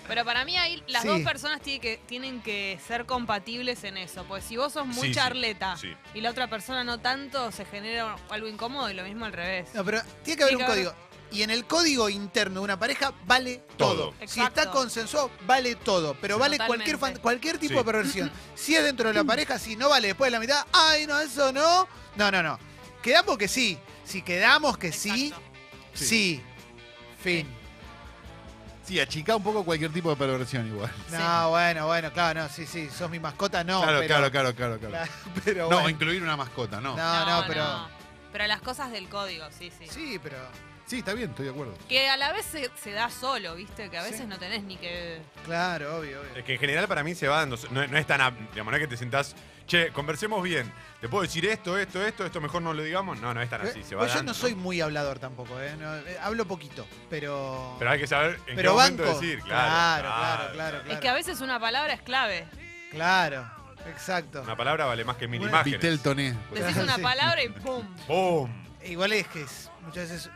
Speaker 2: Pero para mí ahí las
Speaker 1: Sí.
Speaker 2: dos personas tiene que, tienen que ser compatibles en eso. Pues si vos sos muy
Speaker 3: Sí, sí,
Speaker 2: charleta
Speaker 3: sí.
Speaker 2: y la otra persona no tanto, se genera algo incómodo y lo mismo al revés.
Speaker 1: No, pero tiene que haber
Speaker 2: Tiene
Speaker 1: un
Speaker 2: que haber-
Speaker 1: código. Y en el código interno de una pareja vale todo.
Speaker 3: Todo.
Speaker 1: Si está
Speaker 2: Exacto.
Speaker 1: consensuado, vale todo. Pero vale cualquier, fan-
Speaker 2: Totalmente.
Speaker 1: cualquier tipo
Speaker 3: Sí.
Speaker 1: de perversión. Si es dentro de la pareja, si no vale después de la mitad, ay, no, eso no. No, no, no. Quedamos que sí. Si quedamos que sí,
Speaker 2: Exacto.
Speaker 1: sí,
Speaker 4: Sí.
Speaker 1: Fin.
Speaker 4: Sí, achicá un poco cualquier tipo de perversión igual.
Speaker 1: No, bueno, bueno, claro, no, sí, sí. Sos mi mascota, no.
Speaker 4: claro,
Speaker 1: pero-
Speaker 4: claro, claro, claro, claro.
Speaker 1: (laughs) pero
Speaker 4: no,
Speaker 1: bueno.
Speaker 4: incluir una mascota, no.
Speaker 1: no, no, pero.
Speaker 2: Pero las cosas del código, sí, sí.
Speaker 1: Sí, pero.
Speaker 4: Sí, está bien, estoy de acuerdo.
Speaker 2: Que a la vez se, se da solo, ¿viste? Que a
Speaker 1: Sí.
Speaker 2: veces no tenés ni que...
Speaker 1: Claro, obvio, obvio.
Speaker 3: Es que en general para mí se va dando. No, no es tan. ab- Digamos, no es que te sentás. Che, conversemos bien. ¿Te puedo decir esto, esto, esto? Esto mejor no lo digamos. No, no es tan así. Se va
Speaker 1: Pues yo
Speaker 3: dando,
Speaker 1: no soy muy hablador tampoco, ¿eh? No, eh, hablo poquito, pero.
Speaker 3: Pero hay que saber en
Speaker 1: pero
Speaker 3: qué
Speaker 1: banco.
Speaker 3: momento decir.
Speaker 1: claro, claro, claro, claro,
Speaker 2: Es que a veces una palabra es clave.
Speaker 1: Claro, exacto.
Speaker 3: Una palabra vale más que mil
Speaker 1: Una-
Speaker 3: imágenes.
Speaker 4: Vitel Toné.
Speaker 2: Decís
Speaker 1: Claro,
Speaker 2: una
Speaker 1: sí.
Speaker 2: palabra
Speaker 1: (laughs)
Speaker 2: y ¡pum!
Speaker 3: (laughs) ¡Bum!
Speaker 1: Igual es que es- muchas veces.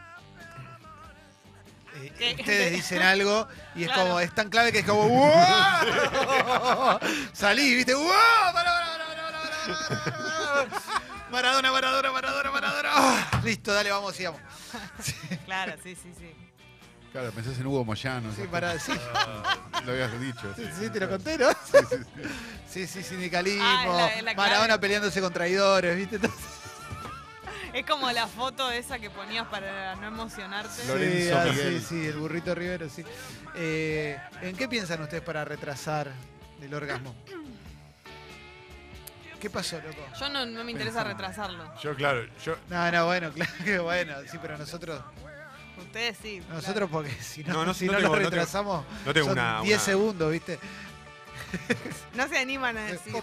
Speaker 1: eh,
Speaker 2: ¿Qué?
Speaker 1: ustedes dicen algo y es
Speaker 2: Claro.
Speaker 1: como, es tan clave que es como ¡Wow! Salí, viste, ¡Wow! Pará, pará, pará, pará, pará, pará, pará, pará. Maradona, Maradona, Maradona, Maradona. Ah, listo, dale, vamos, sigamos.
Speaker 2: Claro, sí, sí, sí.
Speaker 4: Claro, pensás en Hugo Moyano.
Speaker 1: Sí,
Speaker 4: esas
Speaker 1: para, sí,
Speaker 4: cosas. Lo habías dicho. sí.
Speaker 1: sí, te lo conté, ¿no? Sí, sí, sindicalismo,
Speaker 2: Ah, es la- es la clave.
Speaker 1: Maradona peleándose con traidores, ¿viste? Entonces-
Speaker 2: Es como la foto esa que ponías para no emocionarte.
Speaker 4: Lo- Lorenzo
Speaker 1: sí, ah,
Speaker 4: Miguel.
Speaker 1: sí, sí, el burrito Rivero, sí. Eh, ¿En qué piensan ustedes para retrasar el orgasmo? ¿Qué pasó, loco?
Speaker 2: Yo no, no me interesa retrasarlo.
Speaker 3: Yo, claro, yo. (laughs)
Speaker 1: No, no, bueno, (laughs) claro que bueno, sí, pero nosotros,
Speaker 2: Ustedes sí. claro.
Speaker 1: nosotros porque si no,
Speaker 3: No, no-
Speaker 1: si
Speaker 3: no
Speaker 1: no,
Speaker 3: tengo-
Speaker 1: lo
Speaker 3: no tengo-
Speaker 1: retrasamos,
Speaker 3: no tengo
Speaker 1: son
Speaker 3: una-
Speaker 1: 10
Speaker 3: una-
Speaker 1: segundos, ¿viste?
Speaker 2: No se animan a decirlo.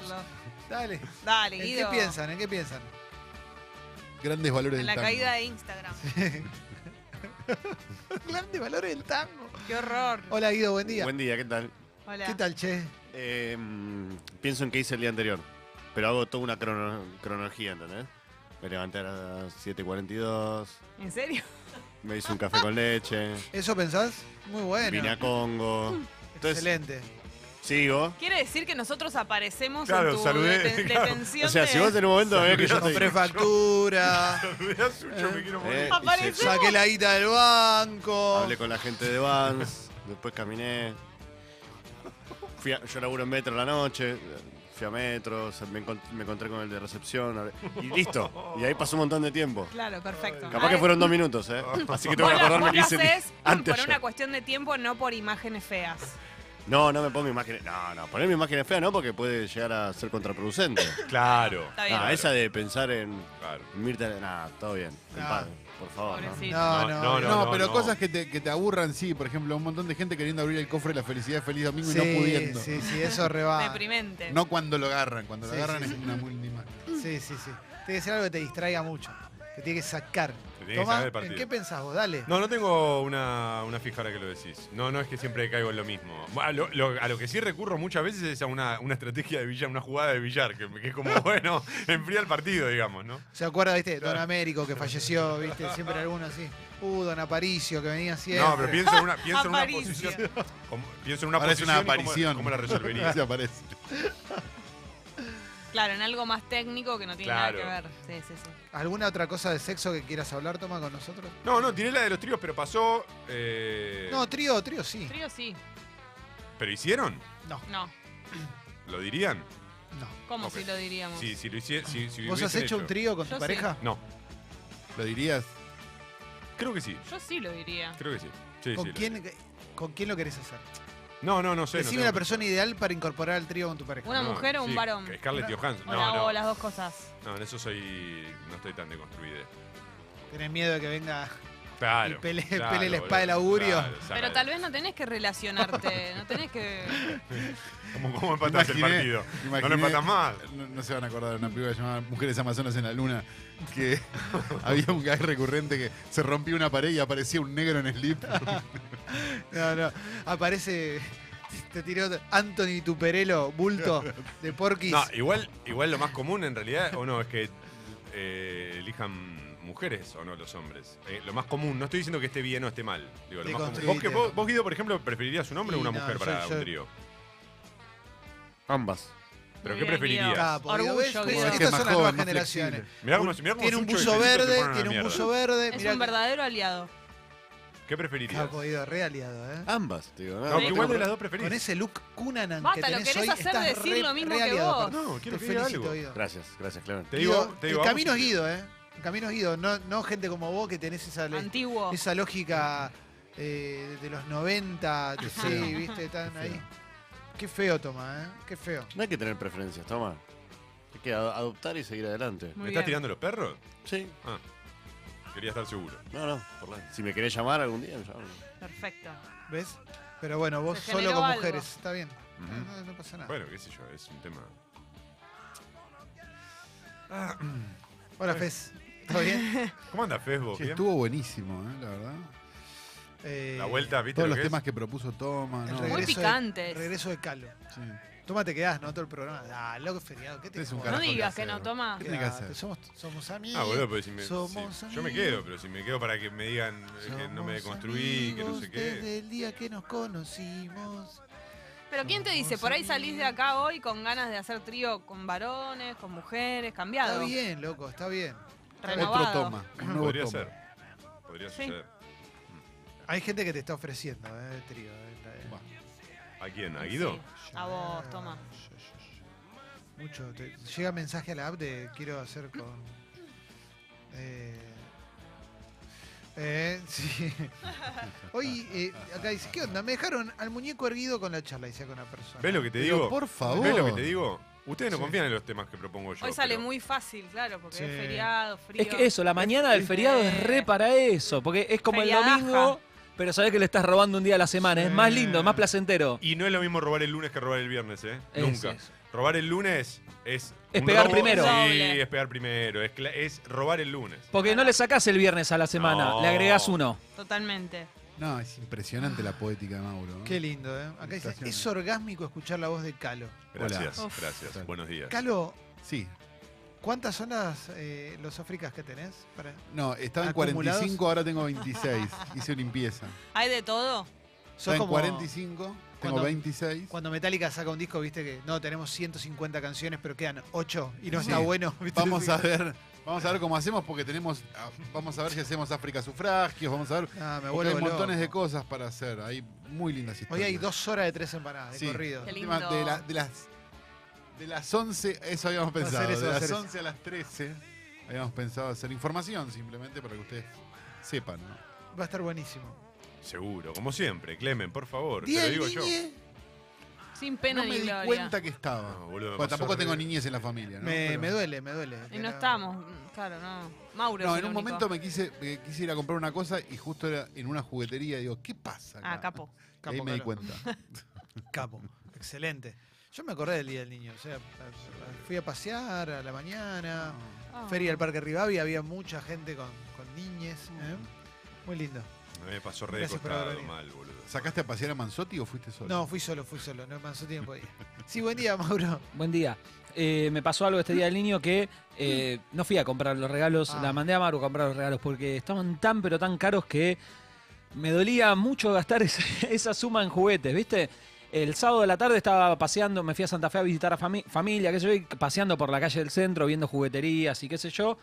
Speaker 1: Dale.
Speaker 2: Dale,
Speaker 1: Eh, ¿En
Speaker 2: Guido.
Speaker 1: qué piensan? ¿En qué piensan? (laughs)
Speaker 4: Grandes valores
Speaker 2: En
Speaker 4: del
Speaker 2: la
Speaker 4: tango.
Speaker 2: caída de Instagram.
Speaker 1: Grande valor del tango.
Speaker 2: Qué horror.
Speaker 1: Hola Guido, buen día.
Speaker 5: Buen día, ¿qué tal?
Speaker 2: Hola.
Speaker 1: ¿Qué tal, che?
Speaker 5: Eh, mm, pienso en qué hice el día anterior, pero hago toda una crono- cronología, ¿entendés? Me levanté a las 7.42,
Speaker 2: ¿En serio?
Speaker 5: me hice un café con leche,
Speaker 1: ¿Eso pensás? Muy
Speaker 5: vine a
Speaker 1: bueno.
Speaker 5: Congo, entonces-
Speaker 1: Excelente.
Speaker 5: sigo.
Speaker 2: Quiere decir que nosotros aparecemos
Speaker 3: Claro,
Speaker 2: en tu
Speaker 3: saludé,
Speaker 2: deten-
Speaker 3: claro.
Speaker 2: detención.
Speaker 5: O sea,
Speaker 2: de-
Speaker 5: si vos en un momento ves que yo estoy...
Speaker 1: Compré factura,
Speaker 3: yo me quiero
Speaker 5: Eh,
Speaker 3: morir.
Speaker 5: hice-
Speaker 2: Apareció.
Speaker 1: saqué la guita del banco.
Speaker 5: Hablé con la gente de Vans, después caminé. Fui a- yo laburo en Metro a la noche, fui a Metro, se- me, encont- me encontré con el de recepción hablé- y listo. Y ahí pasó un montón de tiempo.
Speaker 2: Claro, perfecto.
Speaker 5: Capaz que fueron dos minutos, ¿eh? Así que tengo
Speaker 2: Vos
Speaker 5: que
Speaker 2: lo-
Speaker 5: acordarme
Speaker 2: vos
Speaker 5: que
Speaker 2: lo
Speaker 5: hice
Speaker 2: hacés
Speaker 5: antes
Speaker 2: por
Speaker 5: yo.
Speaker 2: una cuestión de tiempo, no por imágenes feas.
Speaker 5: No, no me pongo imágenes. No, no, ponerme imágenes feas no, porque puede llegar a
Speaker 2: (laughs)
Speaker 5: ser contraproducente.
Speaker 3: Claro.
Speaker 2: Está bien.
Speaker 5: Ah, esa de pensar en
Speaker 3: Claro.
Speaker 5: Mirta. Nada, todo bien. En
Speaker 1: Ah.
Speaker 5: paz, por favor. ¿no?
Speaker 2: Pobrecito.
Speaker 1: No, no,
Speaker 3: No,
Speaker 1: no.
Speaker 3: no,
Speaker 4: No, pero
Speaker 3: no.
Speaker 4: cosas que te, que te aburran, sí. Por ejemplo, un montón de gente queriendo abrir el cofre de la felicidad feliz domingo y no pudiendo.
Speaker 1: sí, sí, eso reba.
Speaker 2: Deprimente.
Speaker 4: No cuando lo agarran, cuando
Speaker 1: Sí,
Speaker 4: lo agarran
Speaker 1: sí,
Speaker 4: es una muy linda imagen.
Speaker 1: Sí, sí, sí. Tiene que ser algo que te distraiga mucho. Te tiene que sacar.
Speaker 3: tiene que
Speaker 1: Tomá,
Speaker 3: sacar el partido.
Speaker 1: ¿en qué pensás vos? Dale.
Speaker 3: No, no tengo una, una fija ahora que lo decís. No, no es que siempre caigo en lo mismo. A lo, lo- a lo que sí recurro muchas veces es a una, una estrategia de billar, una jugada de billar, que, que es como, (laughs) bueno, enfría el partido, digamos, ¿no?
Speaker 1: ¿Se acuerda, viste? Don Américo que falleció, viste, siempre alguno así. Uh, Don Aparicio que venía siempre.
Speaker 3: No, pero pienso en una, pienso en una
Speaker 2: Aparicio.
Speaker 3: posición. como- pienso en una
Speaker 4: Ahora es
Speaker 3: posición
Speaker 4: una
Speaker 3: y cómo-
Speaker 4: aparición.
Speaker 3: ¿Cómo,
Speaker 1: (laughs)
Speaker 4: (laughs)
Speaker 3: la resolvería?
Speaker 4: Se aparece.
Speaker 2: Claro, en algo más técnico que no tiene nada
Speaker 3: Claro.
Speaker 2: que ver. Sí, sí, sí.
Speaker 1: ¿Alguna otra cosa de sexo que quieras hablar, Toma, con nosotros?
Speaker 3: No, no, tiré la de los tríos, pero pasó. eh,
Speaker 1: No, trío, trío sí.
Speaker 2: Trío sí.
Speaker 3: ¿Pero hicieron?
Speaker 1: No,
Speaker 2: No.
Speaker 3: ¿Lo dirían?
Speaker 1: no.
Speaker 2: ¿Cómo
Speaker 3: Ok.
Speaker 2: si lo diríamos?
Speaker 3: Sí, si lo hicie- si- si
Speaker 1: ¿Vos has
Speaker 3: hubiesen
Speaker 1: hecho un trío con
Speaker 2: Yo
Speaker 1: tu
Speaker 2: sí.
Speaker 1: pareja?
Speaker 3: No,
Speaker 4: ¿Lo dirías?
Speaker 3: creo que sí,
Speaker 2: Yo sí lo diría.
Speaker 3: creo que sí. Sí,
Speaker 1: ¿Con,
Speaker 3: sí, lo-
Speaker 1: quién, ¿Con quién lo querés hacer?
Speaker 3: No, no, no sé. no
Speaker 1: Decime
Speaker 3: tengo-
Speaker 1: la persona ideal para incorporar al trío con tu pareja.
Speaker 2: Una
Speaker 3: No,
Speaker 2: mujer o un
Speaker 3: sí,
Speaker 2: varón.
Speaker 3: Scarlett Johansson.
Speaker 2: O,
Speaker 3: No,
Speaker 2: la-
Speaker 3: no.
Speaker 2: o las dos cosas.
Speaker 3: No, en eso soy. No estoy tan deconstruido.
Speaker 1: Tenés miedo de que venga.
Speaker 3: Claro.
Speaker 1: Y pele-
Speaker 3: claro,
Speaker 1: pele la
Speaker 3: boludo,
Speaker 1: espada del augurio.
Speaker 3: claro, saca-
Speaker 2: Pero tal vez no tenés que relacionarte, no tenés que...
Speaker 3: ¿Cómo, cómo empatás el
Speaker 4: Imaginé-
Speaker 3: partido? No
Speaker 4: imaginé-
Speaker 3: lo empatas más.
Speaker 4: No, no se van a acordar de una película llamada Mujeres Amazonas en la Luna, que (laughs) había un gag recurrente que se rompía una pared y aparecía un negro en slip.
Speaker 3: Ah,
Speaker 1: No, no. Aparece. Te tiró otro- Anthony Tuperelo, bulto de Porquis.
Speaker 3: No, igual, igual lo más común en realidad, o no, es que eh, elijan mujeres o no los hombres. Eh, lo más común, no estoy diciendo que esté bien o esté mal. Digo, lo
Speaker 1: Te
Speaker 3: más común. ¿Vos,
Speaker 1: construiste.
Speaker 3: que- vos- vos, Guido, por ejemplo, preferirías un hombre o
Speaker 1: Y
Speaker 3: una
Speaker 1: no,
Speaker 3: mujer
Speaker 1: yo-
Speaker 3: para
Speaker 1: yo-
Speaker 3: un trío?
Speaker 5: Ambas.
Speaker 2: Muy
Speaker 3: ¿Pero qué
Speaker 2: bien, Guido.
Speaker 3: preferirías?
Speaker 1: Capo, Guido,
Speaker 2: Orgullo,
Speaker 1: ¿ves?
Speaker 2: Guido.
Speaker 1: ¿Ves?
Speaker 2: Es que
Speaker 1: Estas
Speaker 4: es más
Speaker 1: son las
Speaker 4: joven,
Speaker 1: nuevas
Speaker 4: más
Speaker 1: generaciones.
Speaker 3: Mirá cómo, mirá cómo
Speaker 1: eh. Tiene un
Speaker 3: Sucho y
Speaker 1: buzo
Speaker 3: Felipito se
Speaker 1: verde,
Speaker 3: ponen a la
Speaker 1: tiene un
Speaker 3: mierda.
Speaker 1: buzo verde.
Speaker 2: Es
Speaker 1: mirá
Speaker 2: un
Speaker 1: que-
Speaker 2: verdadero aliado.
Speaker 3: ¿Qué preferirías?
Speaker 1: Capo, Guido, re aliado, ¿eh?
Speaker 5: Ambas, te digo.
Speaker 3: No,
Speaker 5: No, Este,
Speaker 3: que
Speaker 5: no
Speaker 3: igual de
Speaker 5: tengo-
Speaker 3: las dos preferís.
Speaker 1: Con ese look Cunanan que
Speaker 2: Basta, lo
Speaker 1: tenés
Speaker 2: querés
Speaker 1: hoy,
Speaker 2: hacer
Speaker 1: estás
Speaker 2: decir
Speaker 1: re-
Speaker 2: lo mismo
Speaker 1: re
Speaker 2: que
Speaker 1: aliado,
Speaker 2: vos.
Speaker 1: perdón.
Speaker 3: No, quiero
Speaker 1: Te
Speaker 3: que diga
Speaker 1: felicito,
Speaker 3: algo.
Speaker 1: Guido.
Speaker 5: Gracias, gracias, Clemente.
Speaker 3: Te digo,
Speaker 1: Guido,
Speaker 3: te digo,
Speaker 1: el
Speaker 3: a vos
Speaker 1: camino es
Speaker 3: sí.
Speaker 1: Guido, ¿eh? El camino es Guido, no, no gente como vos que tenés esa, le-
Speaker 2: Antiguo.
Speaker 1: esa lógica eh, de los 90,
Speaker 4: Qué
Speaker 1: sí,
Speaker 4: feo.
Speaker 1: viste, están
Speaker 4: Qué
Speaker 1: ahí.
Speaker 4: feo.
Speaker 1: Qué feo, toma, ¿eh? Qué feo.
Speaker 5: No hay que tener preferencias, toma. Hay que ad- adoptar y seguir adelante.
Speaker 3: ¿Me
Speaker 2: Muy
Speaker 3: estás
Speaker 2: bien.
Speaker 3: tirando los perros?
Speaker 5: Sí,
Speaker 3: Ah, Quería estar seguro.
Speaker 5: no, no. por la- Si me querés llamar algún día, me llamas.
Speaker 2: Perfecto.
Speaker 1: ¿Ves? Pero bueno, vos
Speaker 2: Se
Speaker 1: solo
Speaker 2: generó
Speaker 1: con
Speaker 2: algo.
Speaker 1: mujeres, está bien.
Speaker 3: Ujú.
Speaker 1: no, no pasa
Speaker 4: Ah.
Speaker 1: nada.
Speaker 3: Bueno, qué sé yo, es un tema.
Speaker 1: Hola, Fez. ¿Todo
Speaker 4: (laughs)
Speaker 1: bien?
Speaker 3: ¿Cómo anda Facebook?
Speaker 4: Che, estuvo buenísimo, ¿eh? la verdad.
Speaker 1: Eh,
Speaker 3: La vuelta, Ah, ¿viste?
Speaker 4: Todos
Speaker 3: lo
Speaker 4: los
Speaker 3: que es?
Speaker 4: temas que propuso Toma.
Speaker 1: el
Speaker 4: ¿no?
Speaker 2: Muy
Speaker 1: regreso de-
Speaker 2: picantes.
Speaker 1: regreso de Calo.
Speaker 4: Sí.
Speaker 1: Toma, te quedás, ¿no? Todo el programa. Ah, loco feriado, ¿qué te
Speaker 4: Es un
Speaker 1: jodas?
Speaker 2: No
Speaker 4: Carajo,
Speaker 2: digas
Speaker 4: ¿qué
Speaker 2: que no,
Speaker 4: hacer?
Speaker 2: toma.
Speaker 4: ¿Qué tenés que
Speaker 1: Quedate,
Speaker 4: hacer?
Speaker 1: Somos, somos amigos.
Speaker 3: Ah, boludo, pero si me.
Speaker 1: Somos
Speaker 3: si- yo me
Speaker 1: amigos.
Speaker 3: quedo, pero si me quedo para que me digan eh, que no me
Speaker 1: Somos
Speaker 3: deconstruí, que no sé
Speaker 1: amigos
Speaker 3: qué.
Speaker 1: Desde el día que nos conocimos.
Speaker 2: Pero ¿quién te dice? Por ahí salís de acá hoy con ganas de hacer trío con varones, con mujeres,
Speaker 1: Está
Speaker 2: cambiado.
Speaker 1: bien, loco, está bien.
Speaker 2: Renovado.
Speaker 4: Otro Toma. un nuevo
Speaker 3: Podría
Speaker 4: Toma.
Speaker 3: ser. Podría
Speaker 2: Sí.
Speaker 3: suceder.
Speaker 1: Hay gente que te está ofreciendo, eh, trío. eh, está bien.
Speaker 4: Buah.
Speaker 3: ¿A quién? ¿A Guido?
Speaker 2: Sí. A vos, toma.
Speaker 1: Mucho. te- llega mensaje a la app de quiero hacer con. Eh, eh, (laughs) sí. Hoy, eh, acá dice, ¿qué onda? Me dejaron al muñeco erguido con la charla, dice acá una persona.
Speaker 3: ¿Ves lo que te
Speaker 4: Pero
Speaker 3: digo?
Speaker 4: por favor.
Speaker 3: ¿Ves lo que te digo? Ustedes no
Speaker 1: Sí.
Speaker 3: confían en los temas que propongo yo.
Speaker 2: Hoy sale
Speaker 3: pero-
Speaker 2: muy fácil, claro, porque
Speaker 1: Sí.
Speaker 2: es feriado, frío.
Speaker 6: Es que eso, la mañana del feriado es re para eso, porque es como
Speaker 2: Feriadaja.
Speaker 6: el domingo, pero sabés que le estás robando un día a la semana, es más
Speaker 1: Sí.
Speaker 6: lindo, más placentero.
Speaker 3: Y no es lo mismo robar el lunes que robar el viernes, ¿eh?
Speaker 6: Es-
Speaker 3: Nunca.
Speaker 6: es.
Speaker 3: Robar el lunes es.
Speaker 6: Es
Speaker 3: un
Speaker 6: pegar
Speaker 3: robo-
Speaker 6: primero.
Speaker 3: Sí,
Speaker 2: Doble.
Speaker 3: es pegar primero. Es, cla- es robar el lunes.
Speaker 6: Porque no le sacás el viernes a la semana,
Speaker 3: No.
Speaker 6: le agregás uno.
Speaker 2: Totalmente.
Speaker 4: No, es impresionante la poética de Mauro. ¿no?
Speaker 1: Qué lindo, ¿eh? Acá dice,
Speaker 4: Estaciones.
Speaker 1: es orgásmico escuchar la voz de Calo.
Speaker 3: Gracias,
Speaker 2: Hola. Uf.
Speaker 3: gracias.
Speaker 4: Total.
Speaker 3: Buenos días.
Speaker 1: Calo,
Speaker 4: Sí.
Speaker 1: ¿cuántas son las, eh, los africas que tenés? Para...
Speaker 4: No, estaba en
Speaker 1: ¿Acumulados?
Speaker 4: 45, ahora tengo 26. Hice limpieza.
Speaker 2: ¿Hay de todo?
Speaker 1: Sos
Speaker 4: Estaba en
Speaker 1: como
Speaker 4: 45, tengo
Speaker 1: cuando-
Speaker 4: 26.
Speaker 1: Cuando Metallica saca un disco, viste que no, tenemos 150 canciones, pero quedan 8 y no
Speaker 4: Sí.
Speaker 1: está bueno. ¿viste? (laughs)
Speaker 4: Vamos a ver. Vamos a ver cómo hacemos porque tenemos. ah, Vamos a ver si hacemos África sufragios. Vamos a ver.
Speaker 1: Ah, me
Speaker 4: porque
Speaker 1: vuelvo
Speaker 4: hay montones
Speaker 1: loco.
Speaker 4: de cosas para hacer. Hay muy lindas
Speaker 1: Hoy
Speaker 4: historias.
Speaker 1: hay dos horas de tres empanadas de
Speaker 4: Sí.
Speaker 1: corrido.
Speaker 2: Qué
Speaker 4: El tema
Speaker 2: lindo.
Speaker 4: De, la- de las, de las 11, eso habíamos
Speaker 1: Va a ser
Speaker 4: pensado.
Speaker 1: eso,
Speaker 4: de
Speaker 1: va a
Speaker 4: las
Speaker 1: ser eso.
Speaker 4: 11 a las 13 habíamos pensado hacer información simplemente para que ustedes sepan. ¿no?
Speaker 1: Va a estar buenísimo.
Speaker 3: Seguro, como siempre. Clemen, por favor. Te
Speaker 1: Día
Speaker 3: lo
Speaker 1: del
Speaker 3: digo yo.
Speaker 1: Niñe,
Speaker 2: Sin pena
Speaker 4: no
Speaker 2: ni
Speaker 4: me di
Speaker 2: gloria.
Speaker 4: cuenta que estaba.
Speaker 3: No, boludo, me
Speaker 4: Bueno,
Speaker 3: pasó
Speaker 4: tampoco
Speaker 3: horrible.
Speaker 4: tengo niñez en la familia. ¿no?
Speaker 1: me,
Speaker 4: Pero-
Speaker 1: me duele, me duele.
Speaker 2: Y no
Speaker 1: Era-
Speaker 2: estamos, mm, claro, no. Mauro es
Speaker 4: No, en
Speaker 2: el
Speaker 4: un
Speaker 2: único.
Speaker 4: momento me quise, me quise ir a comprar una cosa y justo era en una juguetería. Digo, ¿qué pasa? Acá?
Speaker 2: Ah, capo.
Speaker 4: Y Ahí
Speaker 1: Capo,
Speaker 4: me di
Speaker 1: Calo.
Speaker 4: cuenta.
Speaker 1: Capo, excelente. Yo me acordé del Día del Niño, o sea, a- a- fui a pasear a la mañana,
Speaker 2: Ah.
Speaker 1: feria del Parque Rivadavia, había mucha gente con, con niñes, ¿eh? Muy lindo.
Speaker 3: Me pasó re de
Speaker 1: Gracias por haber
Speaker 3: costado
Speaker 1: venido.
Speaker 3: mal, boludo.
Speaker 4: ¿Sacaste a pasear a Manzotti o fuiste solo? Eh.
Speaker 1: No, fui solo, fui solo, no pasó tiempo ahí. Sí, buen día, Mauro.
Speaker 6: Buen día. Eh, me pasó algo este día del niño que eh, no fui a comprar los regalos,
Speaker 1: Ah.
Speaker 6: la mandé a Maru a comprar los regalos porque estaban tan pero tan caros que me dolía mucho gastar (laughs) ese- esa suma en juguetes, ¿viste? El sábado de la tarde estaba paseando, me fui a Santa Fe a visitar a fami- familia, qué sé yo, y paseando por la calle del centro, viendo jugueterías y qué sé yo.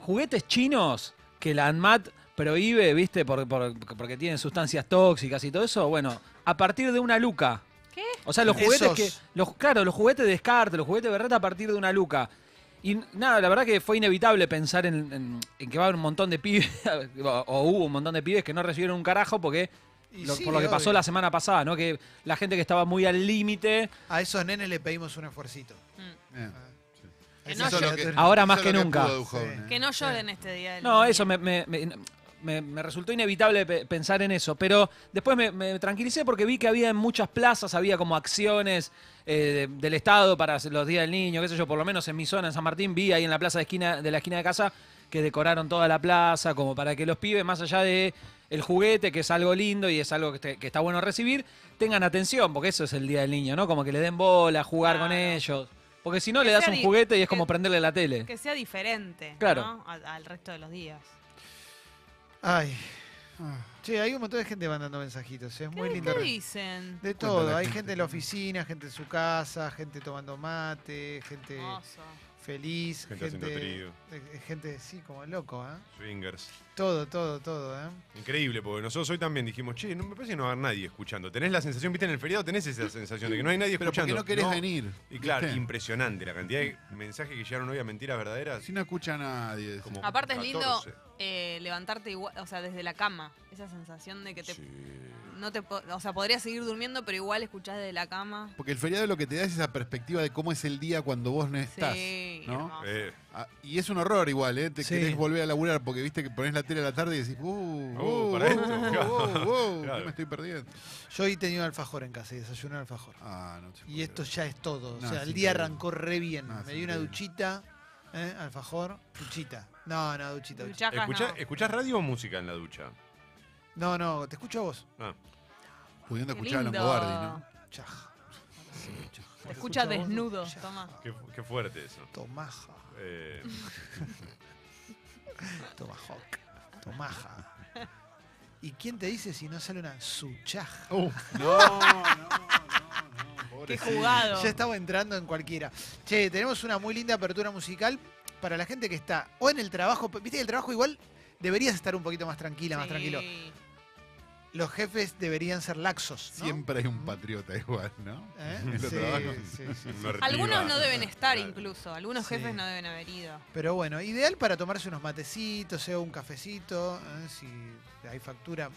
Speaker 6: Juguetes chinos que la ANMAT prohíbe, ¿viste? Por- por- porque tienen sustancias tóxicas y todo eso. Bueno, a partir de una luca.
Speaker 2: ¿Qué?
Speaker 6: O sea, los juguetes
Speaker 1: Esos.
Speaker 6: que. Los, claro, los juguetes de descarte, los juguetes de berreta a partir de una luca. Y nada, la verdad que fue inevitable pensar en, en- en que va a haber un montón de pibes, (laughs) o, o hubo un montón de pibes que no recibieron un carajo porque
Speaker 1: Y
Speaker 6: lo-
Speaker 1: sí,
Speaker 6: por lo que pasó
Speaker 1: obvio.
Speaker 6: la semana pasada, ¿no? Que la gente que estaba muy al límite,
Speaker 1: A esos nenes le pedimos un esfuercito.
Speaker 2: Mm.
Speaker 4: Eh,
Speaker 1: Ah.
Speaker 2: Que
Speaker 1: Eso
Speaker 2: no
Speaker 1: es
Speaker 4: hizo
Speaker 1: lo
Speaker 4: lo que-
Speaker 1: que-
Speaker 6: ahora
Speaker 4: hizo
Speaker 6: más
Speaker 4: lo
Speaker 6: que nunca.
Speaker 4: pudo, Duhovne.
Speaker 1: Sí.
Speaker 2: Que no lloren este día. del
Speaker 6: No,
Speaker 2: niño.
Speaker 6: eso me, me- me- me- me resultó inevitable pe- pensar en eso, pero después me, me tranquilicé porque vi que había en muchas plazas, había como acciones eh, de- del Estado para los días del niño, qué sé yo, por lo menos en mi zona, en San Martín, vi ahí en la plaza de, esquina, de la esquina de casa que decoraron toda la plaza, como para que los pibes, más allá de el juguete, que es algo lindo y es algo que, te- que está bueno recibir, tengan atención, porque eso es el Día del Niño, ¿no? Como que le den bola, jugar con
Speaker 2: Claro.
Speaker 6: ellos. Porque si no,
Speaker 2: Que
Speaker 6: le das
Speaker 2: sea
Speaker 6: un
Speaker 2: di-
Speaker 6: juguete y es
Speaker 2: que-
Speaker 6: como prenderle la tele.
Speaker 2: Que sea diferente.
Speaker 6: Claro.
Speaker 2: ¿no? Al, al resto de los días.
Speaker 1: Ay,
Speaker 4: Ah,
Speaker 1: che, hay un montón de gente mandando mensajitos, es muy
Speaker 2: ¿Qué,
Speaker 1: lindo.
Speaker 2: qué dicen?
Speaker 1: De
Speaker 4: Cuenta la
Speaker 1: todo, hay
Speaker 4: gente.
Speaker 1: gente en la oficina, gente en su casa, gente tomando mate, gente
Speaker 2: Hermoso.
Speaker 1: feliz,
Speaker 3: Gente
Speaker 1: gente,
Speaker 3: haciendo trío.
Speaker 1: eh, gente, sí, como loco, ¿eh?
Speaker 3: Swingers.
Speaker 1: Todo, todo, todo, ¿eh?
Speaker 3: Increíble, porque nosotros hoy también dijimos, che, no me parece que no va a haber nadie escuchando. Tenés la sensación, viste, en el feriado tenés esa sensación de que no hay nadie
Speaker 4: Pero porque
Speaker 3: escuchando.
Speaker 4: no querés venir.
Speaker 3: Y claro,
Speaker 4: ¿viste?
Speaker 3: impresionante la cantidad de mensajes que llegaron hoy a mentiras verdaderas.
Speaker 4: Si no escucha a nadie.
Speaker 3: Como
Speaker 2: Aparte es
Speaker 3: 14.
Speaker 2: lindo eh, levantarte igual, o sea, desde la cama. Esa sensación de que te. No te po- o sea, podrías seguir durmiendo, pero igual escuchás desde la cama.
Speaker 4: Porque el feriado lo que te da es esa perspectiva de cómo es el día cuando vos no estás.
Speaker 2: sí,
Speaker 4: ¿no?
Speaker 2: hermoso.
Speaker 3: Eh,
Speaker 4: Ah, y es un horror igual, ¿eh? Te
Speaker 1: Sí.
Speaker 4: querés volver a laburar porque viste que ponés la tele a la tarde y decís, ¡uh!
Speaker 3: Oh,
Speaker 4: uh,
Speaker 3: para
Speaker 4: uh,
Speaker 3: esto.
Speaker 4: uh,
Speaker 3: Claro.
Speaker 4: uh, uh,
Speaker 3: Claro.
Speaker 4: ¿qué me estoy perdiendo?
Speaker 1: Yo hoy tenía un alfajor en casa y desayuné un alfajor.
Speaker 4: Ah, no te
Speaker 1: Y esto ya es todo.
Speaker 4: No,
Speaker 1: o sea,
Speaker 4: es
Speaker 1: el día
Speaker 4: increíble.
Speaker 1: arrancó re bien.
Speaker 4: No, es
Speaker 1: Me di una
Speaker 4: increíble.
Speaker 1: duchita, ¿eh? alfajor, duchita. No, no, duchita, duchita.
Speaker 2: Duchajas,
Speaker 3: ¿escuchá-
Speaker 2: no.
Speaker 3: ¿Escuchás radio o música en la ducha?
Speaker 1: No, no, te escucho a vos.
Speaker 3: Ah,
Speaker 4: Pudiendo
Speaker 2: Qué
Speaker 4: escuchar a los
Speaker 2: lindo.
Speaker 4: cobardes, ¿no?
Speaker 1: Chaj.
Speaker 2: Te escucha
Speaker 1: escucho a vos,
Speaker 2: desnudo,
Speaker 1: chaj.
Speaker 2: toma.
Speaker 3: qué, qué fuerte eso.
Speaker 1: Tomaja,
Speaker 2: (laughs)
Speaker 3: Eh,
Speaker 1: tomajoc, tomaja. ¿Y quién te dice si no sale una suchaja?
Speaker 4: (laughs) No, no, no,
Speaker 2: Qué
Speaker 4: pobrecito.
Speaker 2: jugado.
Speaker 1: Ya estaba entrando en cualquiera. Che, tenemos una muy linda apertura musical para la gente que está o en el trabajo. Viste que el trabajo igual deberías estar un poquito más tranquila, más
Speaker 2: Sí.
Speaker 1: tranquilo. los jefes deberían ser laxos. ¿no?
Speaker 4: Siempre hay un patriota igual, ¿no?
Speaker 1: ¿Eh?
Speaker 4: (laughs) En los
Speaker 1: Sí,
Speaker 4: trabajos.
Speaker 1: sí, sí, sí.
Speaker 3: No arriba. eh,
Speaker 2: Algunos no deben estar
Speaker 3: Claro.
Speaker 2: incluso, algunos
Speaker 1: Sí.
Speaker 2: jefes no deben haber ido.
Speaker 1: Pero bueno, ideal para tomarse unos matecitos, o un cafecito, ¿eh? si hay factura,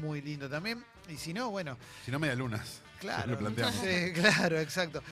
Speaker 1: muy lindo también. Y si no, bueno,
Speaker 4: Si no, media lunas.
Speaker 1: claro.
Speaker 4: lo planteamos.
Speaker 1: (laughs) sí, claro, exacto.